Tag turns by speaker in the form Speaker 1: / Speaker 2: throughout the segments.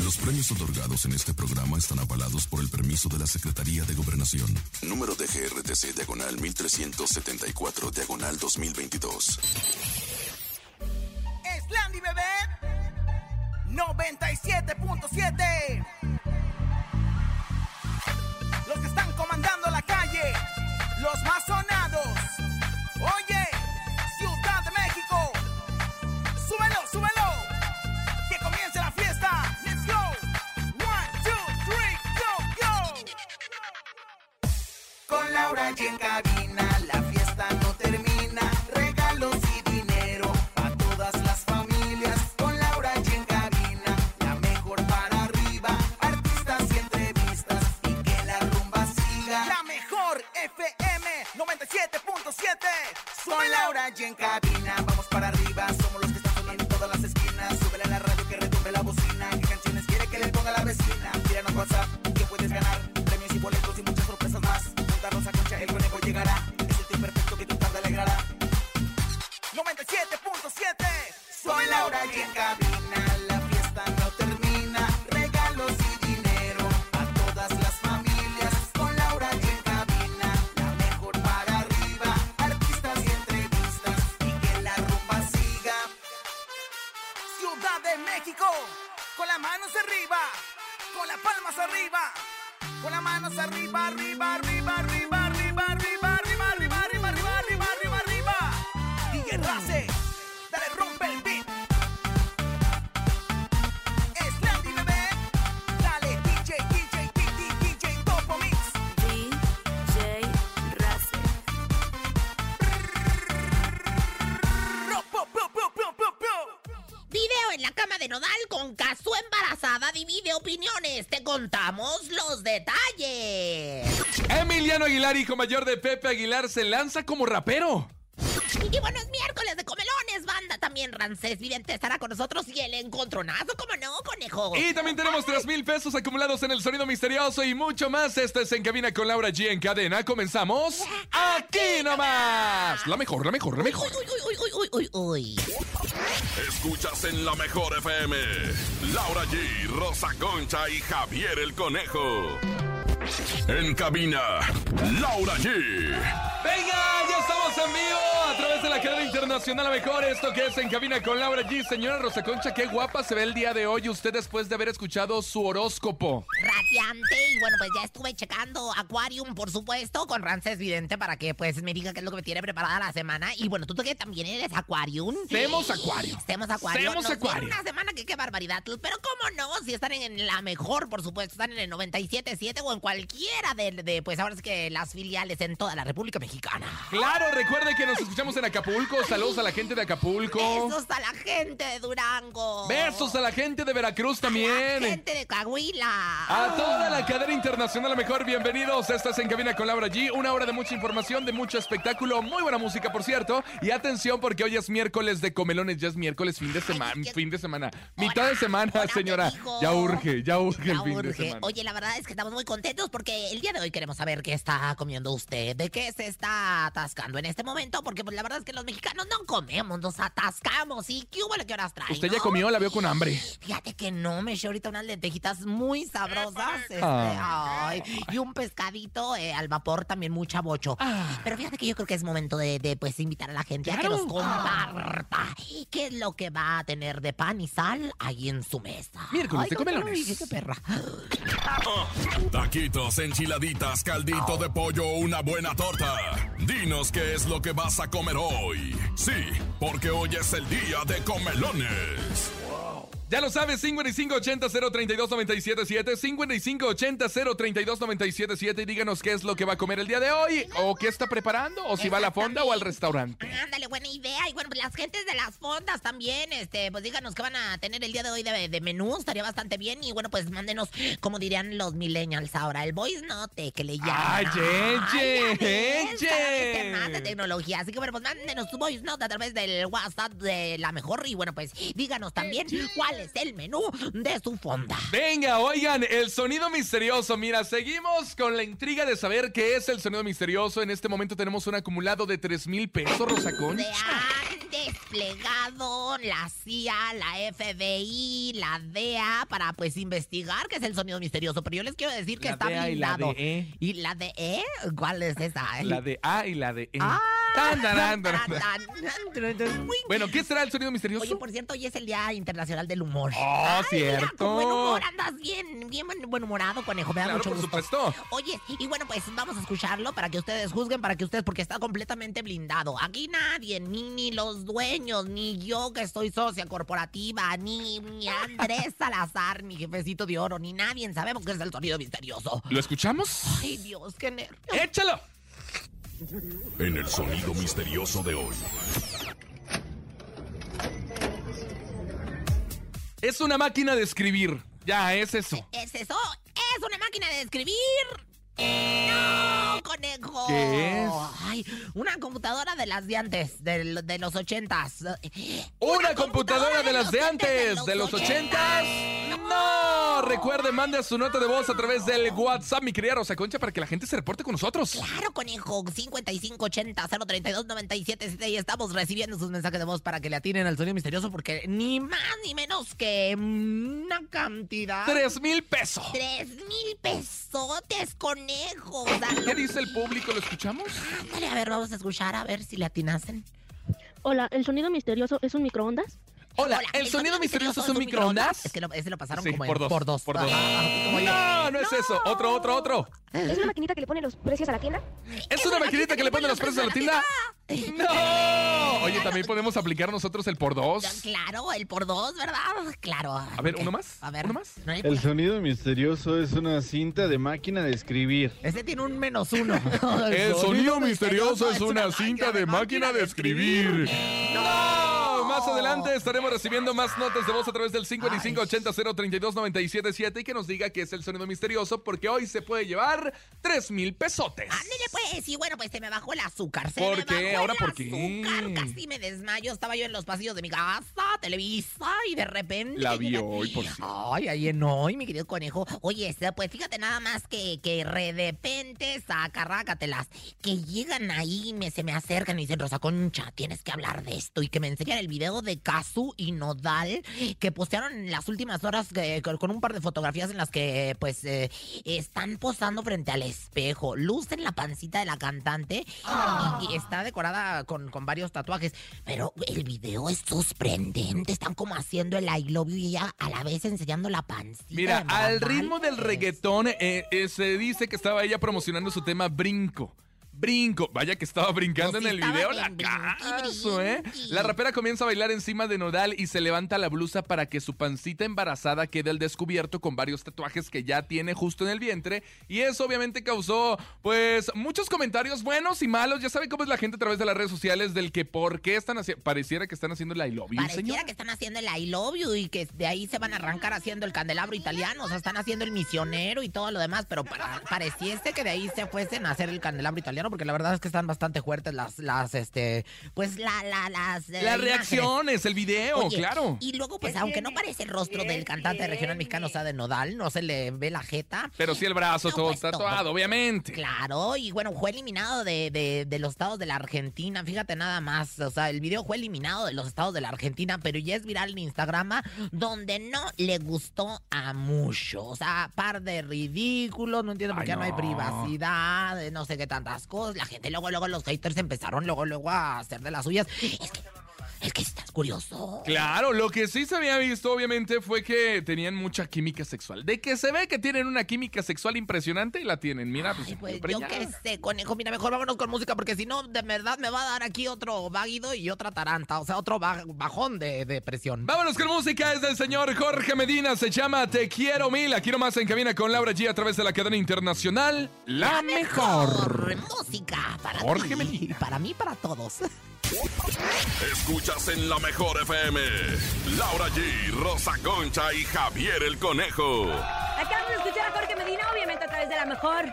Speaker 1: Los premios otorgados en este programa están avalados por el permiso de la Secretaría de Gobernación. Número de GRTC Diagonal 1374 Diagonal 2022.
Speaker 2: Landy Bebé 97.7 Los que están comandando la calle Los más sonados Oye, Ciudad de México Súbelo, súbelo Que comience la fiesta Let's go One, two, three, go, go Con Laura y en cabina La fiesta no termina Regalos y dinero a todas las familias Con Laura y en cabina La mejor para arriba Artistas y entrevistas Y que la rumba siga La mejor FM 97.7 Soy Laura y en cabina Vamos para arriba Somos los que están sonando en todas las esquinas Súbele a la radio que retumbe la bocina ¿Qué canciones quiere que le ponga la vecina? Tíranos WhatsApp que puedes ganar Premios y boletos y muchas sorpresas más Juntarnos a concha, el conejo llegará Es el tiempo perfecto que tu tarde alegrará 97.7 Soy Laura y en cabina La fiesta no termina Regalos y dinero A todas las familias Con Laura y en cabina La mejor para arriba Artistas y entrevistas Y que la rumba siga Ciudad de México Con las manos arriba Con las palmas arriba Con las manos arriba, arriba, arriba, arriba, arriba, arriba, arriba, arriba, arriba, arriba, arriba, arriba, arriba. DJ Race, dale rompe el beat. Es Landy bebé, dale DJ, DJ, DJ, DJ, Topo Mix.
Speaker 3: DJ Race.
Speaker 2: Ro, po, po, po, po, po, po.
Speaker 4: Video en la cama de Nodal con Casu embarazada divide opiniones. Te contamos los detalles.
Speaker 5: Emiliano Aguilar, hijo mayor de Pepe Aguilar, se lanza como rapero.
Speaker 4: Y bueno, es miércoles de comelones, banda. También Rancés Vidente estará con nosotros y el encontronazo, como no, conejo.
Speaker 5: Y también tenemos 3 mil pesos acumulados en el sonido misterioso y mucho más. Esto es En Cabina con Laura G en cadena. Comenzamos aquí nomás. La mejor, la mejor, la
Speaker 4: Uy,
Speaker 5: mejor.
Speaker 4: uy, uy, uy, uy, uy, uy.
Speaker 1: Escuchas en la mejor FM. Laura G, Rosa Concha y Javier el Conejo. En cabina, Laura G.
Speaker 5: Venga, ya estamos en vivo a través de la cadena internacional. La mejor, esto que es En Cabina con Laura G. Señora Rosa Concha, qué guapa se ve el día de hoy usted después de haber escuchado su horóscopo.
Speaker 4: Radiante. Y bueno, pues ya estuve checando Aquarium, por supuesto, con Rancés Vidente para que pues me diga qué es lo que me tiene preparada la semana. Y bueno, tú que también eres Aquarium.
Speaker 5: Semos Acuario.
Speaker 4: Estemos Acuario.
Speaker 5: Semos
Speaker 4: Nos
Speaker 5: Acuario.
Speaker 4: dieron una semana que qué barbaridad. Pero cómo no, si están en la mejor, por supuesto, están en el 97.7 o en cualquiera de, de, pues ahora es que las filiales en toda la República Mexicana.
Speaker 5: Claro, recuerde que nos escuchamos en Acapulco. Saludos a la gente de Acapulco.
Speaker 4: Besos a la gente de Durango.
Speaker 5: Besos a la gente de Veracruz
Speaker 4: la
Speaker 5: también.
Speaker 4: gente de Coahuila.
Speaker 5: A toda la cadena internacional, la mejor, bienvenidos. Estás en Cabina con Laura G. Una hora de mucha información, de mucho espectáculo, muy buena música, por cierto. Y atención, porque hoy es miércoles de comelones, ya es miércoles, fin de semana,
Speaker 4: Ay, qué-
Speaker 5: fin de semana, mitad de semana,
Speaker 4: Ahora te
Speaker 5: señora.
Speaker 4: digo.
Speaker 5: Ya urge, ya urge el
Speaker 4: Ya
Speaker 5: fin de
Speaker 4: urge.
Speaker 5: semana.
Speaker 4: Oye, la verdad es que estamos muy contentos porque el día de hoy queremos saber qué está comiendo usted, de qué se está atascando en este momento, porque pues, la verdad es que los mexicanos no comemos, nos atascamos. ¿Y qué hubo qué horas trae?
Speaker 5: Usted
Speaker 4: no?
Speaker 5: ya comió, la veo con hambre.
Speaker 4: Fíjate que no, me eché ahorita unas lentejitas muy sabrosas. este,
Speaker 5: Ah.
Speaker 4: ay, y un pescadito eh, al vapor también, muy chabocho.
Speaker 5: Ah.
Speaker 4: Pero fíjate que yo creo que es momento de, de, pues, invitar a la gente a que
Speaker 5: Claro.
Speaker 4: nos comparta qué es lo que va a tener de pan y sal ahí en su mesa.
Speaker 5: Miércoles
Speaker 4: Ay,
Speaker 5: de
Speaker 4: no, no, no,
Speaker 5: comelones.
Speaker 4: y qué perra.
Speaker 1: Ah, Taquitos, enchiladitas, caldito de pollo, una buena torta. Dinos qué es lo que vas a comer hoy. Sí, porque hoy es el día de comelones.
Speaker 5: Ya lo sabes, 5580-032-977, 5580-032-977 y díganos qué es lo que va a comer el día de hoy, o qué está preparando, o si va a la fonda o al restaurante.
Speaker 4: Ah, Ándale, buena idea. Y bueno, pues las gentes de las fondas también, este, pues díganos qué van a tener el día de hoy de, de menú, estaría bastante bien. Y bueno, pues mándenos, como dirían los millennials ahora, el voice note que le llaman.
Speaker 5: Ay, ye, ye,
Speaker 4: ya ves,
Speaker 5: ye.
Speaker 4: cada vez hay más de tecnología. Así que bueno, pues mándenos tu voice note a través del WhatsApp de la mejor. Y bueno, pues díganos también cuál es el menú de su fonda.
Speaker 5: Venga, oigan, el sonido misterioso. Mira, seguimos con la intriga de saber qué es el sonido misterioso. En este momento tenemos un acumulado de 3 mil pesos, Rosa
Speaker 4: De
Speaker 5: Concha.
Speaker 4: ay, han desplegado la CIA, la FBI, la DEA para pues investigar qué es el sonido misterioso. Pero yo les quiero decir que
Speaker 6: La
Speaker 4: está
Speaker 6: DEA y la
Speaker 4: blindado.
Speaker 6: DE.
Speaker 4: ¿Y la DE? ¿Cuál es
Speaker 5: E,
Speaker 4: esa?
Speaker 6: La de A y la de E.
Speaker 4: Ah.
Speaker 6: Tan, tan, tan, tan.
Speaker 5: Bueno, ¿qué será el sonido misterioso?
Speaker 4: Oye, por cierto, hoy es el Día Internacional del Humor.
Speaker 6: Oh,
Speaker 4: Mira,
Speaker 6: cierto.
Speaker 4: con buen humor, andas bien, bien buen- buen humorado, conejo. Me da
Speaker 5: claro,
Speaker 4: mucho
Speaker 5: por
Speaker 4: gusto.
Speaker 5: supuesto.
Speaker 4: Oye, y bueno, pues vamos a escucharlo para que ustedes juzguen, para que ustedes, porque está completamente blindado. Aquí nadie, ni, ni los dueños, ni yo que soy socia corporativa, ni, ni Andrés Salazar, ni jefecito de oro, ni nadie sabemos qué es el sonido misterioso.
Speaker 5: ¿Lo escuchamos?
Speaker 4: Ay, Dios, qué nervio.
Speaker 5: ¡Échalo!
Speaker 1: En el sonido misterioso de hoy.
Speaker 5: Es una máquina de escribir. Ya, es eso.
Speaker 4: ¿Es eso? ¿Es una máquina de escribir? ¡No, conejo!
Speaker 5: ¿Qué es?
Speaker 4: Ay, una computadora de las de antes, del- de, los ochentas.
Speaker 5: Una, computadora de las de antes, de los ochentas. No, recuerde, mande su nota de voz a través del WhatsApp, mi querida Rosa Concha, para que la gente se reporte con nosotros.
Speaker 4: Claro, conejo, 5580-032-977. Y estamos recibiendo sus mensajes de voz para que le atinen al sonido misterioso, porque ni más ni menos que una cantidad.
Speaker 5: Tres mil pesos.
Speaker 4: Tres mil pesotes, conejo. O sea,
Speaker 5: ¿Qué dice el público? ¿Lo escuchamos?
Speaker 4: ándale, a ver, vamos a escuchar, a ver si le atinasen.
Speaker 7: Hola, ¿el sonido misterioso es un microondas?
Speaker 5: Hola, ¿el sonido misterioso es un microondas?
Speaker 4: Es que lo, ese lo pasaron
Speaker 5: Sí,
Speaker 4: como en-
Speaker 5: por dos,
Speaker 4: por dos.
Speaker 5: por dos.
Speaker 4: Ah, como yo.
Speaker 5: No, no es eso. Otro, otro, otro.
Speaker 7: ¿Es una maquinita que le pone los precios a la tienda?
Speaker 5: ¿Es una maquinita que le pone los precios a la tienda? ¡No! Oye, también podemos aplicar nosotros el por dos.
Speaker 4: Ya, Claro, el por dos, ¿verdad? Claro.
Speaker 5: A ver, ¿uno más?
Speaker 4: A ver.
Speaker 5: ¿Uno más?
Speaker 4: No hay
Speaker 8: El
Speaker 4: por-
Speaker 8: sonido misterioso es una cinta de máquina de escribir.
Speaker 4: Ese Este tiene un menos uno.
Speaker 5: El sonido misterioso es una cinta de máquina de escribir. ¡No! Más adelante estaremos recibiendo más notas de voz a través del 5580-032-977 y que nos diga qué es el sonido misterioso porque hoy se puede llevar 3 mil pesotes.
Speaker 4: Ándele pues, y bueno, pues se me bajó el azúcar. Se
Speaker 5: ¿Por
Speaker 4: me
Speaker 5: qué?
Speaker 4: bajó
Speaker 5: ¿Ahora
Speaker 4: el
Speaker 5: por qué?
Speaker 4: azúcar, casi me desmayo. Estaba yo en los pasillos de mi casa, Televisa, y de repente...
Speaker 5: La vi
Speaker 4: llega-
Speaker 5: hoy, por cierto.
Speaker 4: Ay, ahí en hoy, mi querido conejo. Oye, este, pues fíjate nada más que, que re de repente, sacarrácatelas, que llegan ahí, me, se me acercan y dicen, Rosa Concha, tienes que hablar de esto. Y que me enseñan el video de Kazu y Nodal, que postearon en las últimas horas eh, con con un par de fotografías en las que, pues, eh, están posando frente al espejo. Luz en la pancita de la cantante y, y está decorada con, con varios tatuajes. Pero el video es sorprendente. Están como haciendo el I love you y ella a la vez enseñando la pancita.
Speaker 5: Mira,
Speaker 4: de
Speaker 5: al
Speaker 4: Nodal.
Speaker 5: ritmo del reggaetón eh, eh, se dice que estaba ella promocionando su tema Brinco. Brinco, vaya que estaba brincando
Speaker 4: Pues sí,
Speaker 5: en el
Speaker 4: estaba
Speaker 5: video, la
Speaker 4: bien
Speaker 5: caso, ¿eh?
Speaker 4: brinqui, brinqui.
Speaker 5: La rapera comienza a bailar encima de Nodal y se levanta la blusa para que su pancita embarazada quede al descubierto con varios tatuajes que ya tiene justo en el vientre. Y eso obviamente causó, pues, muchos comentarios buenos y malos. Ya saben cómo es la gente a través de las redes sociales del que por qué están haciendo, pareciera que están haciendo la I love you,
Speaker 4: Pareciera
Speaker 5: señor.
Speaker 4: que están haciendo el I love you y que de ahí se van a arrancar haciendo el candelabro italiano, o sea, están haciendo el misionero y todo lo demás, pero para- pareciese que de ahí se fuesen a hacer el candelabro italiano, porque la verdad es que están bastante fuertes las, las, este, pues la, la, las... eh,
Speaker 5: Las
Speaker 4: imágenes.
Speaker 5: reacciones, el video,
Speaker 4: Oye,
Speaker 5: claro.
Speaker 4: Y luego, pues, aunque no parece el rostro del cantante regional mexicano, o sea, de Nodal, no se le ve la jeta.
Speaker 5: Pero sí el brazo
Speaker 4: No,
Speaker 5: todo
Speaker 4: pues, todo.
Speaker 5: tatuado, obviamente.
Speaker 4: Claro, y bueno, fue eliminado de, de- de los estados de la Argentina, fíjate nada más, o sea, el video fue eliminado de los estados de la Argentina, pero ya es viral en Instagram, ah, donde no le gustó a mucho, o sea, par de ridículos, no entiendo por
Speaker 5: Ay,
Speaker 4: qué no. hay
Speaker 5: no.
Speaker 4: privacidad, eh, no sé qué tantas cosas, la gente luego, luego los haters empezaron luego, luego a hacer de las suyas, es que, es que estás curioso.
Speaker 5: Claro, lo que sí se había visto obviamente fue que tenían mucha química sexual. De que se ve que tienen una química sexual impresionante y la tienen. Mira, pues,
Speaker 4: Ay, pues
Speaker 5: pero
Speaker 4: yo
Speaker 5: ya.
Speaker 4: qué sé, conejo. Mira, mejor vámonos con música porque si no, de verdad me va a dar aquí otro vaguido y otra taranta. O sea, otro ba- bajón de, de presión.
Speaker 5: Vámonos con música, es del señor Jorge Medina, se llama Te Quiero Mil, aquí nomás en cabina con Laura G a través de la cadena internacional, la mejor.
Speaker 4: música para
Speaker 5: Jorge
Speaker 4: ti,
Speaker 5: Medina.
Speaker 4: Para mí, para todos.
Speaker 1: Escuchas en la mejor FM. Laura G, Rosa Concha y Javier el Conejo.
Speaker 9: Acabamos de escuchar a Jorge Medina, obviamente a través de la mejor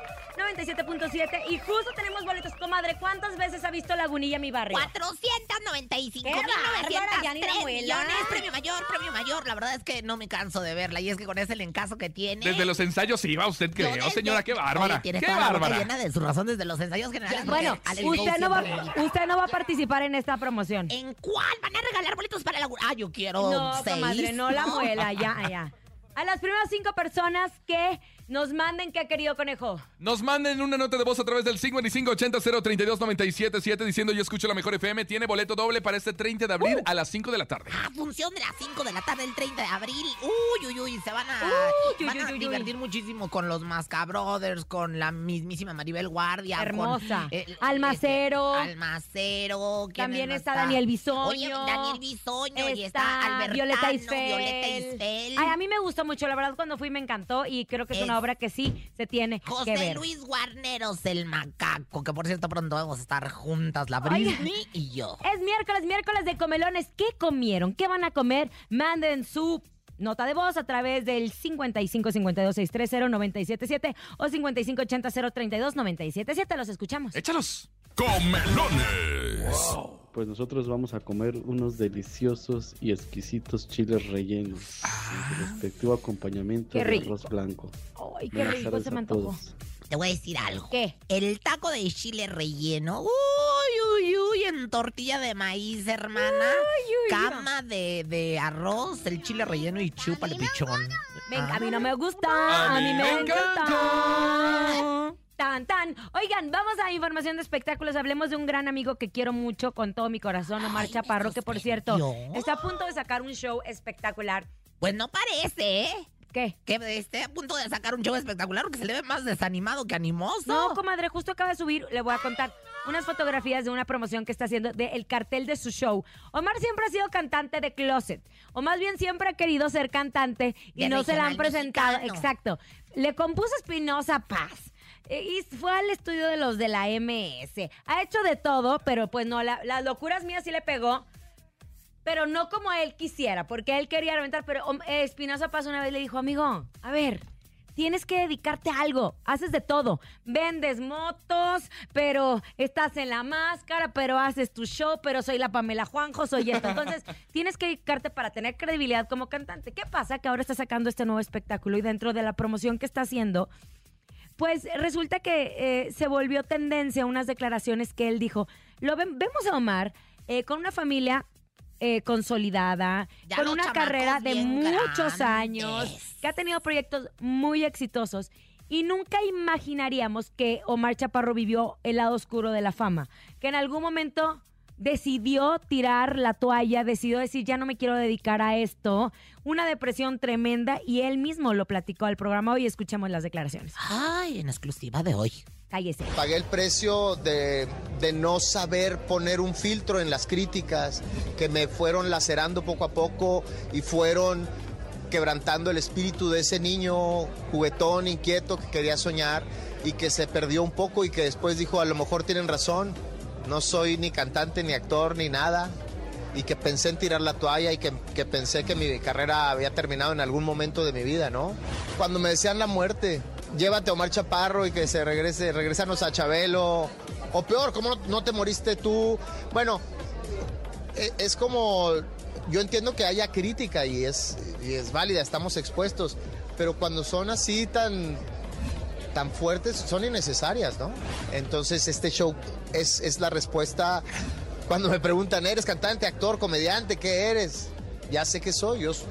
Speaker 10: 97.7 y justo tenemos boletos, comadre. ¿Cuántas veces ha visto Lagunilla mi barrio?
Speaker 4: 495
Speaker 10: ¡Qué bárbara, ya ni la
Speaker 4: 903
Speaker 10: abuela!
Speaker 4: millones. Premio mayor, premio mayor. La verdad es que no me canso de verla. Y es que con ese lencazo que tiene.
Speaker 5: Desde los ensayos iba usted,
Speaker 4: ¿eh? yo
Speaker 5: creo,
Speaker 4: desde-
Speaker 5: señora, qué
Speaker 4: Oye,
Speaker 5: bárbara.
Speaker 4: Tienes
Speaker 5: Qué
Speaker 4: toda la boca
Speaker 5: bárbara.
Speaker 4: llena de su razón desde los ensayos generales. porque
Speaker 10: Bueno,
Speaker 4: Alex Go
Speaker 10: usted no, va,
Speaker 4: siempre le-
Speaker 10: usted no va a participar en esta promoción.
Speaker 4: ¿En cuál van a regalar boletos para la gu- Ah, yo quiero
Speaker 10: No,
Speaker 4: seis.
Speaker 10: comadre, no la muela, ya, ya. A las primeras cinco personas que nos manden que ha querido conejo.
Speaker 5: Nos manden una nota de voz a través del 5580-032-977 diciendo yo escucho la mejor FM. Tiene boleto doble para este 30 de abril a las 5 de la tarde.
Speaker 4: Ah, función de las 5 de la tarde el 30 de abril. Uy, uy, uy, se van a,
Speaker 10: Uy,
Speaker 4: van
Speaker 10: uy,
Speaker 4: a
Speaker 10: uy, uy.
Speaker 4: divertir muchísimo con los Masca Brothers, con la mismísima Maribel Guardia. con,
Speaker 10: Hermosa.
Speaker 4: eh,
Speaker 10: Almacero.
Speaker 4: este, Almacero. ¿quién
Speaker 10: También
Speaker 4: más
Speaker 10: está Daniel Bisoño.
Speaker 4: Oye, Daniel Bisoño. y está Albertano,
Speaker 10: Violeta Isfel.
Speaker 4: Violeta Isfel.
Speaker 10: Ay, a mí me gustó mucho, la verdad, cuando fui me encantó y creo que es, una
Speaker 4: Es-
Speaker 10: obra que sí se tiene que
Speaker 4: José
Speaker 10: ver.
Speaker 4: Luis Guarneros, el macaco, que por cierto pronto vamos a estar juntas, la Britney y yo.
Speaker 10: Es miércoles, miércoles de comelones. ¿Qué comieron? ¿Qué van a comer? Manden su nota de voz a través del 5552630977 o 5580032977. Los escuchamos.
Speaker 5: Échalos.
Speaker 11: Comelones.
Speaker 12: Pues nosotros vamos a comer unos deliciosos y exquisitos chiles rellenos. Con su respectivo acompañamiento
Speaker 10: Ah. Qué
Speaker 12: de
Speaker 10: rico.
Speaker 12: arroz blanco.
Speaker 10: Ay, qué
Speaker 12: Buenas
Speaker 10: rico
Speaker 12: tardes
Speaker 10: se
Speaker 12: a
Speaker 10: me antojó.
Speaker 12: todos.
Speaker 4: Te voy a decir algo.
Speaker 10: ¿Qué?
Speaker 4: El taco de chile relleno. Uy, uy, uy, en tortilla de maíz, hermana. Cama de, de arroz, el chile relleno y chúpale pichón.
Speaker 10: Ven,
Speaker 4: Ah.
Speaker 10: a mí no me gusta, a mí me encanta. Tan, tan. Oigan, vamos a información de espectáculos. Hablemos de un gran amigo que quiero mucho con todo mi corazón, Omar
Speaker 4: Ay, me
Speaker 10: Chaparro, que por cierto
Speaker 4: sorprendió.
Speaker 10: está a punto de sacar un show espectacular.
Speaker 4: Pues no parece, ¿eh?
Speaker 10: ¿Qué?
Speaker 4: Que esté a punto de sacar un show espectacular porque se le ve más desanimado que animoso.
Speaker 10: No, comadre, justo acaba de subir, le voy a contar unas fotografías de una promoción que está haciendo del cartel de su show. Omar siempre ha sido cantante de closet, o más bien siempre ha querido ser cantante y
Speaker 4: De
Speaker 10: no se la han
Speaker 4: regional
Speaker 10: presentado.
Speaker 4: mexicano.
Speaker 10: Exacto. Le compuso Espinosa Paz. eh, Y fue al estudio de los de la MS. Ha hecho de todo, pero pues no, la- las locuras mías sí le pegó, pero no como él quisiera, porque él quería reventar. Pero om, eh, Espinosa Paz una vez le dijo, amigo, a ver, Tienes que dedicarte a algo. Haces de todo. Vendes motos, pero estás en la máscara, pero haces tu show, pero soy la Pamela Juanjo, soy esto. Entonces, tienes que dedicarte para tener credibilidad como cantante. ¿Qué pasa? Que ahora está sacando este nuevo espectáculo y dentro de la promoción que está haciendo, pues resulta que eh, se volvió tendencia unas declaraciones que él dijo. Lo ven- vemos a Omar eh, con una familia eh, consolidada,
Speaker 4: Ya
Speaker 10: con
Speaker 4: los
Speaker 10: una
Speaker 4: chamacos
Speaker 10: carrera de
Speaker 4: bien
Speaker 10: muchos
Speaker 4: grandes.
Speaker 10: años, que ha tenido proyectos muy exitosos. Y nunca imaginaríamos que Omar Chaparro vivió el lado oscuro de la fama, que en algún momento decidió tirar la toalla, decidió decir, ya no me quiero dedicar a esto, una depresión tremenda y él mismo lo platicó al programa hoy, escuchamos las declaraciones.
Speaker 4: Ay, en exclusiva de hoy.
Speaker 10: Cállese.
Speaker 2: Pagué el precio de, de no saber poner un filtro en las críticas que me fueron lacerando poco a poco y fueron quebrantando el espíritu de ese niño juguetón, inquieto, que quería soñar y que se perdió un poco y que después dijo, a lo mejor tienen razón, no soy ni cantante, ni actor, ni nada. Y que pensé en tirar la toalla y que, que pensé que mi carrera había terminado en algún momento de mi vida, ¿no? Cuando me decían la muerte, llévate a Omar Chaparro y que se regrese, regresanos a Chabelo. O peor, ¿cómo no- no te moriste tú? Bueno, e- es como, yo entiendo que haya crítica y es, y es válida, estamos expuestos, pero cuando son así tan, tan fuertes, son innecesarias, ¿no? Entonces este show es, es la respuesta cuando me preguntan, ¿eres cantante, actor, comediante? ¿Qué eres? Ya sé que soy, yo s-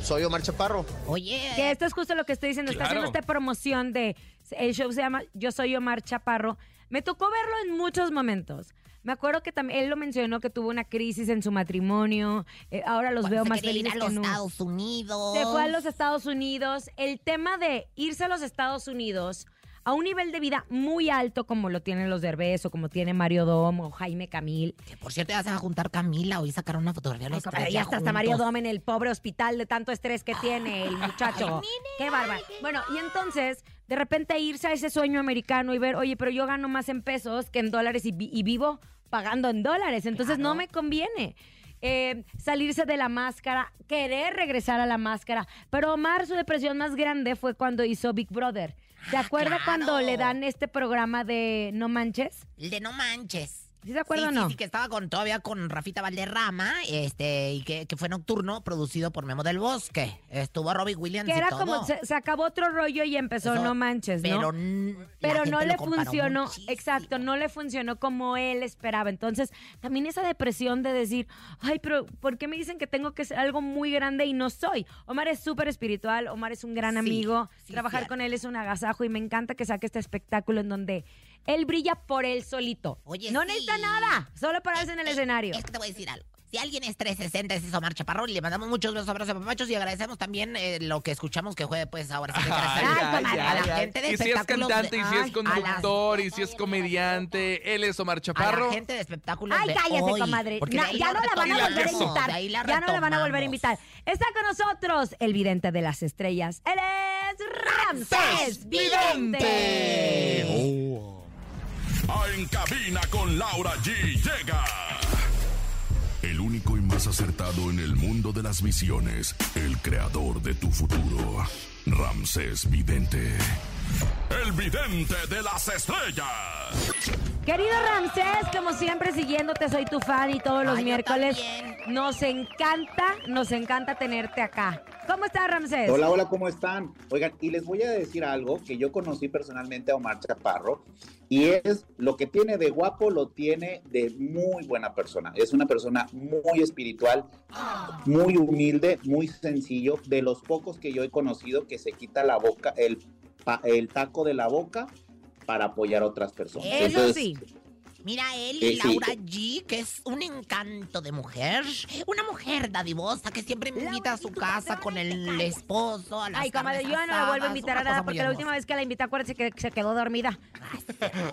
Speaker 2: soy Omar Chaparro.
Speaker 4: Oye.
Speaker 10: Que esto es justo lo que estoy diciendo. Está
Speaker 5: Claro.
Speaker 10: haciendo
Speaker 4: este
Speaker 10: esta promoción de. El show se llama Yo soy Omar Chaparro. Me tocó verlo en muchos momentos. Me acuerdo que también él lo mencionó que tuvo una crisis en su matrimonio. Eh, ahora los
Speaker 4: cuando
Speaker 10: veo
Speaker 4: se
Speaker 10: más
Speaker 4: quiere ir
Speaker 10: felices
Speaker 4: a los
Speaker 10: que nunca.
Speaker 4: Estados Unidos.
Speaker 10: Se fue a los Estados Unidos. El tema de irse a los Estados Unidos a un nivel de vida muy alto como lo tienen los Derbez o como tiene Mario Dom o Jaime Camil.
Speaker 4: Que por cierto ya se va a juntar Camila. Hoy sacaron una fotografía de
Speaker 10: Ay,
Speaker 4: los
Speaker 10: compadre,
Speaker 4: tres
Speaker 10: ya
Speaker 4: ya
Speaker 10: está hasta Mario
Speaker 4: juntos.
Speaker 10: Dom en el pobre hospital de tanto estrés que tiene el muchacho. Qué bárbaro. Bueno, y entonces, de repente irse a ese sueño americano y ver, oye, pero yo gano más en pesos que en dólares y, vi- y vivo pagando en dólares, entonces no me conviene.
Speaker 9: eh, salirse de la máscara, querer regresar a la máscara. Pero Omar, su depresión más grande fue cuando hizo Big Brother. ¿Se acuerda cuando le dan este programa de No Manches?
Speaker 4: El de No Manches.
Speaker 9: ¿Sí se acuerda
Speaker 4: sí,
Speaker 9: o no?
Speaker 4: Sí, sí, que estaba con, todavía con Rafita Valderrama, este, y que, que fue nocturno, producido por Memo del Bosque. Estuvo Robbie Williams
Speaker 9: Que
Speaker 4: y
Speaker 9: era
Speaker 4: todo.
Speaker 9: como, se, se acabó otro rollo y empezó
Speaker 4: Eso,
Speaker 9: No Manches, ¿no?
Speaker 4: pero n- la
Speaker 9: Pero
Speaker 4: gente
Speaker 9: no
Speaker 4: lo
Speaker 9: le
Speaker 4: comparó
Speaker 9: funcionó, exacto, no le funcionó como él esperaba. Entonces, también esa depresión de decir, ay, pero ¿por qué me dicen que tengo que ser algo muy grande y no soy? Omar es súper espiritual, Omar es un gran
Speaker 13: Sí,
Speaker 9: amigo,
Speaker 13: sí,
Speaker 9: trabajar
Speaker 13: cierto.
Speaker 9: con él es un agasajo y me encanta que saque este espectáculo en donde él brilla por él solito.
Speaker 4: Oye,
Speaker 9: no
Speaker 4: sí.
Speaker 9: necesita nada, solo pararse en el escenario.
Speaker 4: Es que te voy a decir algo. Si alguien es 360, ese es Omar Chaparro. y Le mandamos muchos besos, abrazos, papachos. Y agradecemos también eh, lo que escuchamos que fue, pues, ahora sí que gracias
Speaker 5: Ay,
Speaker 4: a-
Speaker 5: ay,
Speaker 4: a la
Speaker 5: ay, ay.
Speaker 4: gente de
Speaker 5: Y si es
Speaker 4: espectáculos
Speaker 5: cantante,
Speaker 4: de-
Speaker 5: y si es
Speaker 4: Ay, a las-
Speaker 5: conductor, y si es comediante, él es Omar
Speaker 4: a la
Speaker 5: Chaparro.
Speaker 4: gente de espectáculos
Speaker 9: Ay,
Speaker 4: de
Speaker 9: cállese,
Speaker 4: hoy,
Speaker 9: comadre.
Speaker 4: porque
Speaker 9: Na-
Speaker 4: de ahí
Speaker 9: ya
Speaker 4: la
Speaker 9: no la van a
Speaker 4: retomamos,
Speaker 9: volver a invitar.
Speaker 4: de ahí la
Speaker 9: ya no la van a volver a
Speaker 4: retomamos.
Speaker 9: invitar. Está con nosotros el vidente de las estrellas. Él es Ramsés Vidente.
Speaker 1: A En cabina con Laura G llega. El único y más acertado en el mundo de las visiones, el creador de tu futuro, Ramsés Vidente. El vidente de las estrellas.
Speaker 9: Querido Ramsés, como siempre siguiéndote, soy tu fan y todos los miércoles nos encanta, nos encanta tenerte acá. ¿Cómo estás, Ramsés?
Speaker 14: Hola, hola, ¿cómo están? Oigan, y les voy a decir algo que yo conocí personalmente a Omar Chaparro y es lo que tiene de guapo lo tiene de muy buena persona. Es una persona muy espiritual, muy humilde, muy sencillo, de los pocos que yo he conocido que se quita la boca, el, pa- el taco de la boca para apoyar a otras personas.
Speaker 4: Eso
Speaker 14: Entonces,
Speaker 4: sí. Mira, él y
Speaker 14: Eh, sí.
Speaker 4: Laura G, que es un encanto de mujer. Una mujer dadivosa que siempre me invita a su casa con el esposo. A las
Speaker 9: Ay, comadre, yo
Speaker 4: carnes
Speaker 9: ya no la vuelvo a
Speaker 4: asadas,
Speaker 9: invitar
Speaker 4: una
Speaker 9: a nada
Speaker 4: cosa muy
Speaker 9: porque la
Speaker 4: hermosa.
Speaker 9: última vez que la invité, acuérdense que se quedó dormida.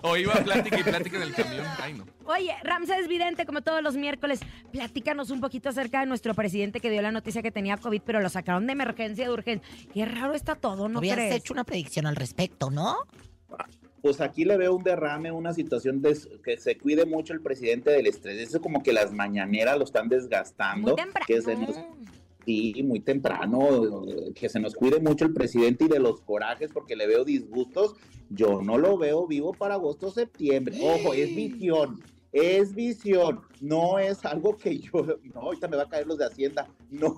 Speaker 5: O iba a plática y plática en el camión. Ay, no.
Speaker 9: Oye, Ramsés Vidente, como todos los miércoles, platícanos un poquito acerca de nuestro presidente que dio la noticia que tenía COVID, pero lo sacaron de emergencia, de urgencia. Qué raro está todo, ¿no
Speaker 4: Habías
Speaker 9: crees?
Speaker 4: hecho una predicción al respecto, ¿no?
Speaker 14: pues aquí le veo un derrame, una situación de que se cuide mucho el presidente del estrés. Eso como que las mañaneras lo están desgastando.
Speaker 9: Muy temprano.
Speaker 14: Que se nos, sí, muy temprano. eh, Que se nos cuide mucho el presidente y de los corajes porque le veo disgustos. Yo no lo veo vivo para agosto septiembre. Ojo, es visión. Es visión, no es algo que yo, no, ahorita me va a caer los de Hacienda, no,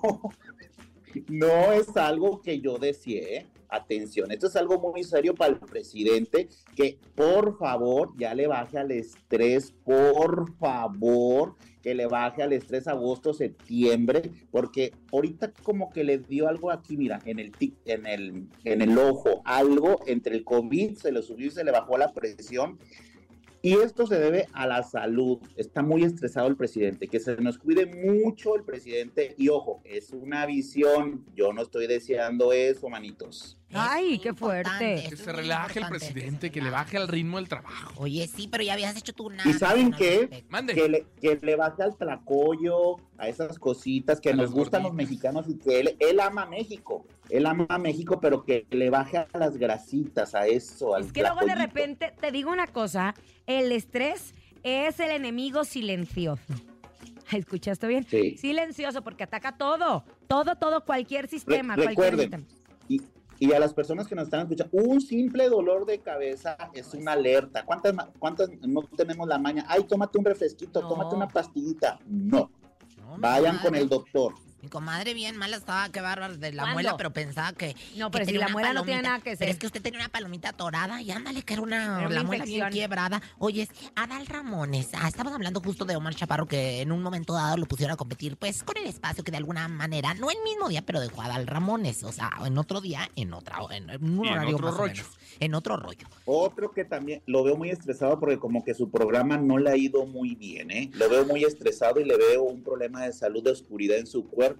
Speaker 14: no es algo que yo deseé. Atención, esto es algo muy serio para el presidente, que por favor ya le baje al estrés, por favor, que le baje al estrés agosto, septiembre, porque ahorita como que le dio algo aquí, mira, en el, tic- en el, en el ojo, algo entre el COVID, se le subió y se le bajó la presión. Y esto se debe a la salud. Está muy estresado el presidente. Que se nos cuide mucho el presidente. Y ojo, es una visión. Yo no estoy deseando eso, manitos.
Speaker 9: Ay, qué fuerte.
Speaker 5: Que se relaje el presidente, que le baje al ritmo del trabajo.
Speaker 4: Oye, sí, pero ya habías hecho tu nada.
Speaker 14: ¿Y saben qué?
Speaker 5: Mande.
Speaker 14: Que le, que le baje al tlacoyo, a esas cositas que nos gustan los mexicanos y que él, él ama México. Él ama México, pero que le baje a las grasitas, a eso, al
Speaker 9: Es que luego de
Speaker 14: tlacoyito.
Speaker 9: repente, te digo una cosa, el estrés es el enemigo silencioso. ¿Escuchaste bien?
Speaker 14: Sí.
Speaker 9: Silencioso, porque ataca todo, todo, todo, cualquier sistema,
Speaker 14: Re-
Speaker 9: cualquier
Speaker 14: recuerden,
Speaker 9: sistema.
Speaker 14: Y, y a las personas que nos están escuchando, un simple dolor de cabeza es una alerta. ¿Cuántas, ma- cuántas no tenemos la maña? Ay, tómate un refresquito, tómate una pastillita. No. Vayan con el doctor.
Speaker 4: Mi comadre bien mala estaba, qué bárbaro, de la
Speaker 9: ¿Cuándo?
Speaker 4: muela, pero pensaba que.
Speaker 9: No,
Speaker 4: que
Speaker 9: pero si
Speaker 4: tenía
Speaker 9: la
Speaker 4: una
Speaker 9: muela no tiene
Speaker 4: palomita.
Speaker 9: nada que
Speaker 4: Pero
Speaker 9: ser.
Speaker 4: es que usted tenía una palomita dorada y ándale, que era una,
Speaker 9: Era una
Speaker 4: la muela bien
Speaker 9: infección.
Speaker 4: quebrada. Oye, Adal Ramones, ah, estamos hablando justo de Omar Chaparro, que en un momento dado lo pusieron a competir, pues con el espacio que de alguna manera, no el mismo día, pero dejó a Adal Ramones. O sea, en otro día, en otra, en, en un
Speaker 14: Y en
Speaker 4: horario
Speaker 14: otro
Speaker 4: más o
Speaker 14: rollo.
Speaker 4: menos, en otro rollo.
Speaker 14: Otro que también lo veo muy estresado porque como que su programa no le ha ido muy bien, ¿eh? Lo veo muy estresado y le veo un problema de salud de oscuridad en su cuerpo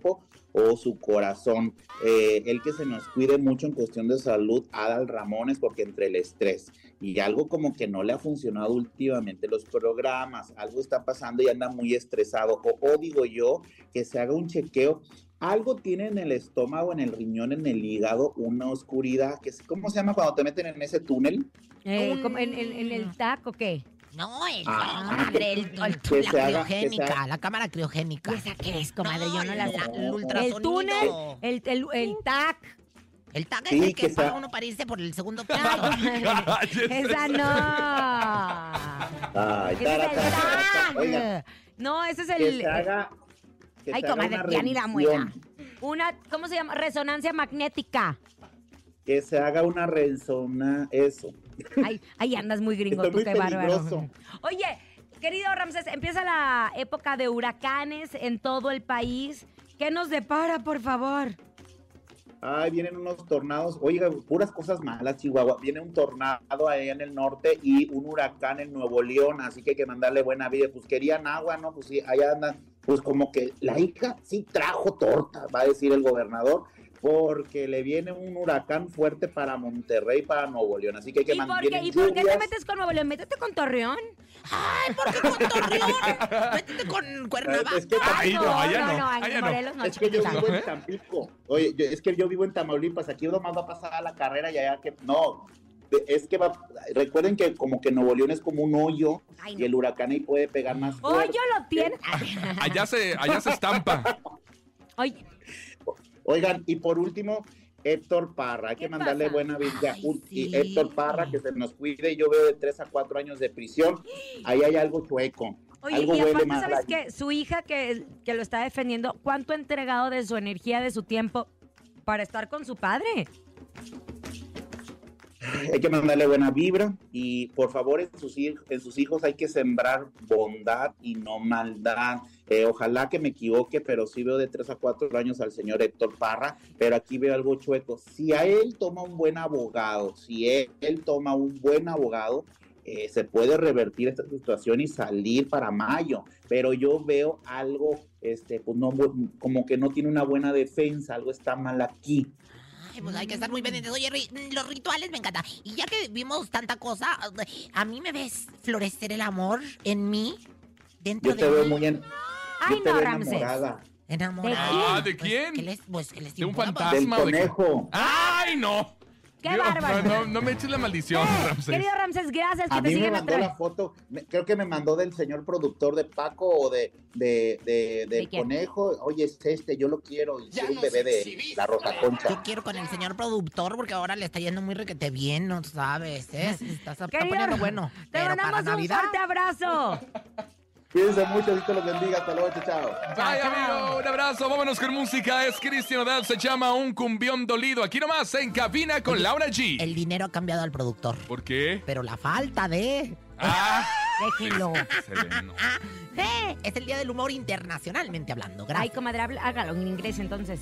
Speaker 14: o su corazón. Eh, el que se nos cuide mucho en cuestión de salud, Adal Ramones, porque entre el estrés y algo como que no le ha funcionado últimamente los programas, algo está pasando y anda muy estresado. O, o digo yo, que se haga un chequeo. Algo tiene en el estómago, en el riñón, en el hígado, una oscuridad, que es, ¿cómo se llama cuando te meten en ese túnel?
Speaker 9: Eh, como en, en- en el taco, ¿qué?
Speaker 4: No, el
Speaker 14: Ah,
Speaker 4: hombre, el, el-
Speaker 14: que
Speaker 4: la
Speaker 14: se haga- que se
Speaker 4: criogénica,
Speaker 14: haga- Pues,
Speaker 4: la cámara criogénica.
Speaker 9: ¿Esa qué es, comadre? Yo no la-
Speaker 4: el ultrasonido.
Speaker 9: El túnel, el, el, el TAC.
Speaker 4: El TAC
Speaker 9: Sí,
Speaker 4: es el que
Speaker 9: que
Speaker 4: paga
Speaker 9: sea-
Speaker 4: uno para irse por el segundo plano.
Speaker 9: Esa no.
Speaker 14: Ay,
Speaker 9: Ah, Ese es
Speaker 14: tara,
Speaker 9: el
Speaker 14: tara, tara, tara. Oigan,
Speaker 9: TAC. No, ese es
Speaker 14: que
Speaker 9: el.
Speaker 14: se haga- que
Speaker 9: Ay,
Speaker 14: se haga
Speaker 9: comadre,
Speaker 14: una
Speaker 9: ya ni la
Speaker 14: revisión,
Speaker 9: muela. Una, ¿cómo se llama? Resonancia magnética.
Speaker 14: Que se haga una resona, eso.
Speaker 9: Ay, ay, andas muy gringo,
Speaker 14: Está
Speaker 9: tú
Speaker 14: muy
Speaker 9: qué bárbaro.
Speaker 14: peligroso.
Speaker 9: Oye, querido Ramses, empieza la época de huracanes en todo el país. ¿Qué nos depara, por favor?
Speaker 14: Ay, vienen unos tornados. Oiga, puras cosas malas, Chihuahua. Viene un tornado allá en el norte y un huracán en Nuevo León, así que hay que mandarle buena vida. Pues querían agua, ¿no? Pues sí, allá andan. Pues como que la hija sí trajo torta, va a decir el gobernador, porque le viene un huracán fuerte para Monterrey, para Nuevo León. Así que hay que
Speaker 9: ¿Y por, qué,
Speaker 14: mandarle
Speaker 9: ¿Y por qué te metes con Nuevo León? Métete con Torreón.
Speaker 14: pues,
Speaker 4: con
Speaker 14: Es que
Speaker 9: Ay, no,
Speaker 14: Tampico-
Speaker 9: allá no, no, no, allá en no. Morelos no,
Speaker 14: Es que yo
Speaker 9: chiquita.
Speaker 14: vivo en Tampico. Oye, yo- es que yo vivo en Tamaulipas. Aquí uno más va a pasar a la carrera y allá que. No. de- Es que va. Recuerden que como que Nuevo León es como un hoyo
Speaker 9: Ay, no.
Speaker 14: y el huracán ahí puede pegar más.
Speaker 9: Oh,
Speaker 14: fuerte.
Speaker 9: yo lo tiene.
Speaker 5: Allá se, allá se estampa.
Speaker 9: Oye.
Speaker 14: Oigan, y por último, Héctor Parra. Hay que mandarle buena vida. Un- Y Héctor Parra, que se nos cuide. Yo veo de 3 a 4 años de prisión. Ahí hay algo chueco.
Speaker 9: Oye,
Speaker 14: algo
Speaker 9: y
Speaker 14: huele
Speaker 9: aparte,
Speaker 14: mal
Speaker 9: ¿sabes
Speaker 14: ahí.
Speaker 9: qué? Su hija que, que lo está defendiendo, ¿cuánto ha entregado de su energía, de su tiempo para estar con su padre?
Speaker 14: hay que mandarle buena vibra y por favor en sus, hij- en sus hijos hay que sembrar bondad y no maldad. Eh, ojalá que me equivoque, pero sí veo de 3 a 4 años al señor Héctor Parra, pero aquí veo algo chueco. Si a él toma un buen abogado, si él, él toma un buen abogado, eh, se puede revertir esta situación y salir para mayo, pero yo veo algo, este, pues no, bu- como que no tiene una buena defensa, algo está mal aquí.
Speaker 4: Ay, pues hay que estar muy pendientes. Oye, Ri- los rituales me encantan. Y ya que vimos tanta cosa, ¿a mí me ves florecer el amor en mí? Dentro
Speaker 14: Yo te
Speaker 4: de
Speaker 14: veo
Speaker 4: mí.
Speaker 14: muy en, yo te veo enamorada.
Speaker 4: Enamorada.
Speaker 5: Ah, ¿de quién?
Speaker 4: ¿Qué les, pues, ¿qué les
Speaker 5: ¿De un
Speaker 4: importa?
Speaker 5: fantasma?
Speaker 14: Del
Speaker 5: o de qué?
Speaker 14: conejo.
Speaker 5: ¡Ay, no!
Speaker 9: ¡Qué
Speaker 5: Dios,
Speaker 9: bárbaro! Eh,
Speaker 5: No, no, no me eches la maldición, Ramses.
Speaker 9: Querido Ramses, gracias que
Speaker 14: A
Speaker 9: te
Speaker 14: mí me
Speaker 9: siguen a
Speaker 14: mandó
Speaker 9: través.
Speaker 14: la foto, me- creo que me mandó del señor productor de Paco o de, de, de- del
Speaker 4: quién?
Speaker 14: conejo. Oye, es este, yo lo quiero. Y quiero un bebé de la rosa concha.
Speaker 4: Yo quiero con el señor productor porque ahora le está yendo muy requete bien, no sabes, ¿eh? Se Está, se está
Speaker 9: Pues, Querido,
Speaker 4: poniendo bueno.
Speaker 9: Te
Speaker 4: Pero para
Speaker 9: mandamos un
Speaker 4: Navidad,
Speaker 9: fuerte abrazo.
Speaker 14: Cuídense mucho, Dios te los bendiga. Hasta luego, chao, chao.
Speaker 5: Bye, amigo. Un abrazo. Vámonos con música. Es Cristian Odal. Se llama Un Cumbión Dolido. Aquí nomás en cabina con Laura G.
Speaker 4: el dinero ha cambiado al productor.
Speaker 5: ¿Por qué? Ah,
Speaker 4: Pero la falta de. Déjelo. Eh, Es el día del humor internacionalmente hablando.
Speaker 9: Ay,
Speaker 4: Gracias.
Speaker 9: comadre, habla- hágalo en inglés entonces.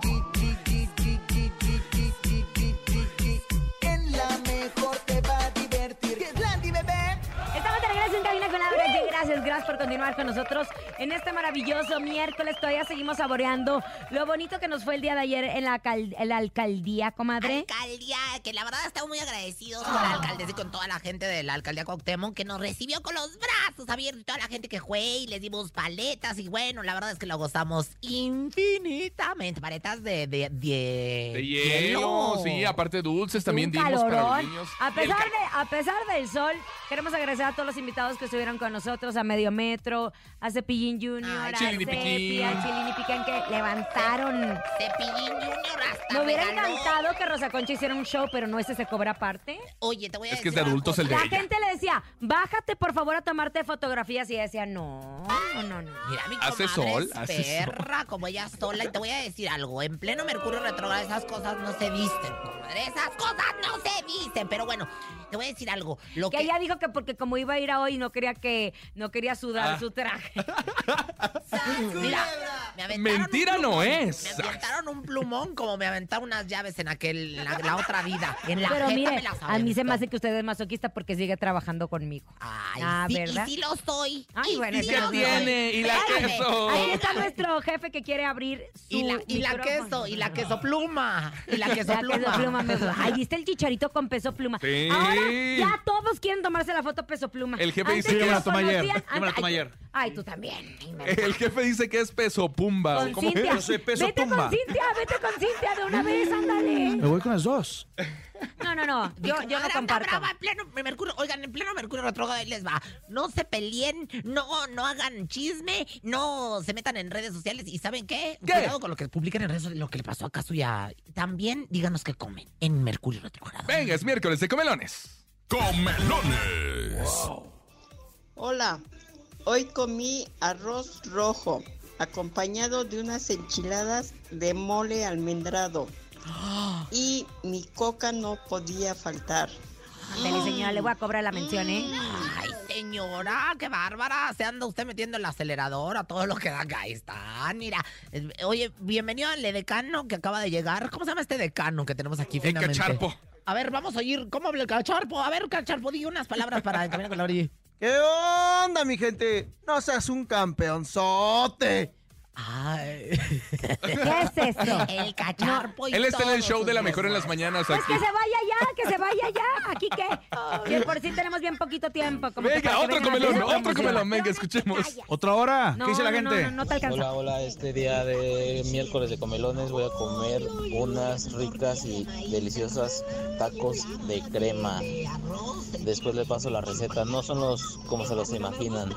Speaker 2: G, G, G, G, G, G, G, G, G, G, G. En la mejor te va a divertir. ¡Que es Landy, bebé!
Speaker 9: Estamos de regreso en cabina con Laura G. Gracias, gracias por continuar con nosotros en este maravilloso miércoles. Todavía seguimos saboreando lo bonito que nos fue el día de ayer en la, cal- en la alcaldía, comadre.
Speaker 4: alcaldía, que la verdad estamos muy agradecidos con
Speaker 9: Ah.
Speaker 4: la alcaldesa y con toda la gente de la alcaldía Cuauhtémoc que nos recibió con los brazos abiertos y toda la gente que fue y les dimos paletas y bueno, la verdad es que lo gozamos infinitamente. Paletas de... de, de,
Speaker 5: De hielo. Sí, aparte dulces también
Speaker 9: Un
Speaker 5: dimos para los
Speaker 9: calorón.
Speaker 5: niños.
Speaker 9: A
Speaker 5: El
Speaker 9: pesar,
Speaker 5: ca-
Speaker 9: de, a pesar del sol, queremos agradecer a todos los invitados que estuvieron con nosotros, a Medio Metro, a Cepillín Junior, a
Speaker 5: Chilini
Speaker 9: Cepi,
Speaker 5: Piquín.
Speaker 9: a Chilini Piquín, que levantaron.
Speaker 4: Cepillín Junior hasta
Speaker 9: Me hubiera
Speaker 4: regaló.
Speaker 9: encantado que Rosa Concha hiciera un show, pero no ese se cobra aparte.
Speaker 4: Oye, te voy a
Speaker 5: Es que
Speaker 4: decir...
Speaker 5: es de adultos el de
Speaker 9: La
Speaker 5: ella.
Speaker 9: gente le decía, bájate por favor a tomarte fotografías y ella decía, no, no, no, no.
Speaker 4: Mira, mi
Speaker 5: Hace
Speaker 4: comadre
Speaker 5: sol,
Speaker 4: es
Speaker 5: hace sol.
Speaker 4: perra, como ella sola. Y te voy a decir algo. En pleno Mercurio retrógrado esas cosas no se dicen, comadre. Esas cosas no se dicen. Pero bueno, te voy a decir algo. Lo
Speaker 9: Que
Speaker 4: que
Speaker 9: ella dijo que porque como iba a
Speaker 5: Ah,
Speaker 9: ir a hoy no quería que no quería sudar
Speaker 4: Ah.
Speaker 9: su traje.
Speaker 4: Mira, me aventaron un
Speaker 5: Mentira no
Speaker 4: plumón.
Speaker 5: es.
Speaker 4: Me aventaron un plumón como me aventaron unas llaves en aquel, la, la otra vida. En la
Speaker 9: Pero
Speaker 4: jeta
Speaker 9: mire,
Speaker 4: me las
Speaker 9: a mí se me
Speaker 4: aventó.
Speaker 9: hace que usted es masoquista porque sigue trabajando conmigo.
Speaker 4: Ay,
Speaker 9: ah,
Speaker 4: sí, y
Speaker 9: ¿verdad?
Speaker 4: sí lo soy.
Speaker 9: Ay, bueno,
Speaker 4: y
Speaker 9: ese
Speaker 4: sí
Speaker 9: no
Speaker 4: lo
Speaker 9: es mi
Speaker 4: soy.
Speaker 9: rollo. Espérame, Ahí está nuestro jefe que quiere abrir su
Speaker 4: Y la, y la
Speaker 9: micrófono.
Speaker 4: queso, y la queso pluma. Y la queso
Speaker 9: La
Speaker 4: pluma.
Speaker 9: queso pluma, me gusta. Ahí viste el chicharito con peso pluma.
Speaker 5: Sí.
Speaker 9: Ahora ya todos quieren tomarse la foto peso pluma.
Speaker 5: El jefe dice
Speaker 9: Antes
Speaker 5: que
Speaker 9: no
Speaker 5: me la tomé ayer,
Speaker 9: conocían-
Speaker 5: yo me la tomé
Speaker 9: Ay,
Speaker 5: ayer.
Speaker 9: Ay, tú también. Ay, me-
Speaker 5: El jefe dice que es peso pumba.
Speaker 9: Con Cintia. vete con Cintia, vete con Cintia de una vez, ándale.
Speaker 6: Me voy con las dos.
Speaker 9: No, no, no. Yo, yo no
Speaker 4: Ahora anda
Speaker 9: comparto.
Speaker 4: brava, en pleno Mercurio, oigan, en pleno Mercurio retrógrado ahí les va. No se peleen, no, no hagan chisme, no se metan en redes sociales. ¿Y saben qué?
Speaker 2: ¿Qué?
Speaker 4: Cuidado con lo que publican en redes sociales, lo que le pasó a Kazuya. También díganos qué comen en Mercurio retrógrado.
Speaker 5: Venga, es miércoles de comelones.
Speaker 1: Comelones.
Speaker 13: Hola, hoy comí arroz rojo acompañado de unas enchiladas de mole almendrado y mi coca no podía faltar.
Speaker 9: Ándale, señora, le voy a cobrar la mención, ¿eh?
Speaker 4: Ay, señora, qué bárbara. Se anda usted metiendo el acelerador a todo lo que da. Ahí está, mira. Eh, Oye, bienvenido al decano que acaba de llegar. ¿Cómo se llama este decano que tenemos aquí?
Speaker 5: El
Speaker 4: finalmente?
Speaker 5: cacharpo.
Speaker 4: A ver, vamos a oír cómo habla el cacharpo. A ver, cacharpo, di unas palabras para caminar con la orilla.
Speaker 15: ¿Qué onda, mi gente? No seas un campeonzote.
Speaker 4: Ay.
Speaker 9: ¿Qué es esto?
Speaker 4: El cacharpo
Speaker 5: Él está en el show de la mejor en las mañanas
Speaker 9: Pues
Speaker 5: aquí.
Speaker 9: que se vaya ya, que se vaya ya. Aquí que, que por sí tenemos bien poquito tiempo. como que para que
Speaker 5: Venga, otro
Speaker 9: vengan a
Speaker 5: comelón,
Speaker 9: hacer la
Speaker 5: otro
Speaker 9: promoción.
Speaker 5: comelón. Venga, escuchemos.
Speaker 6: ¿Otra hora?
Speaker 9: No, no, no, No, no, te alcanza.
Speaker 16: Hola, hola, este día de miércoles de comelones voy a comer unas ricas y deliciosas tacos de crema. Después le paso la receta, no son los como se los imaginan.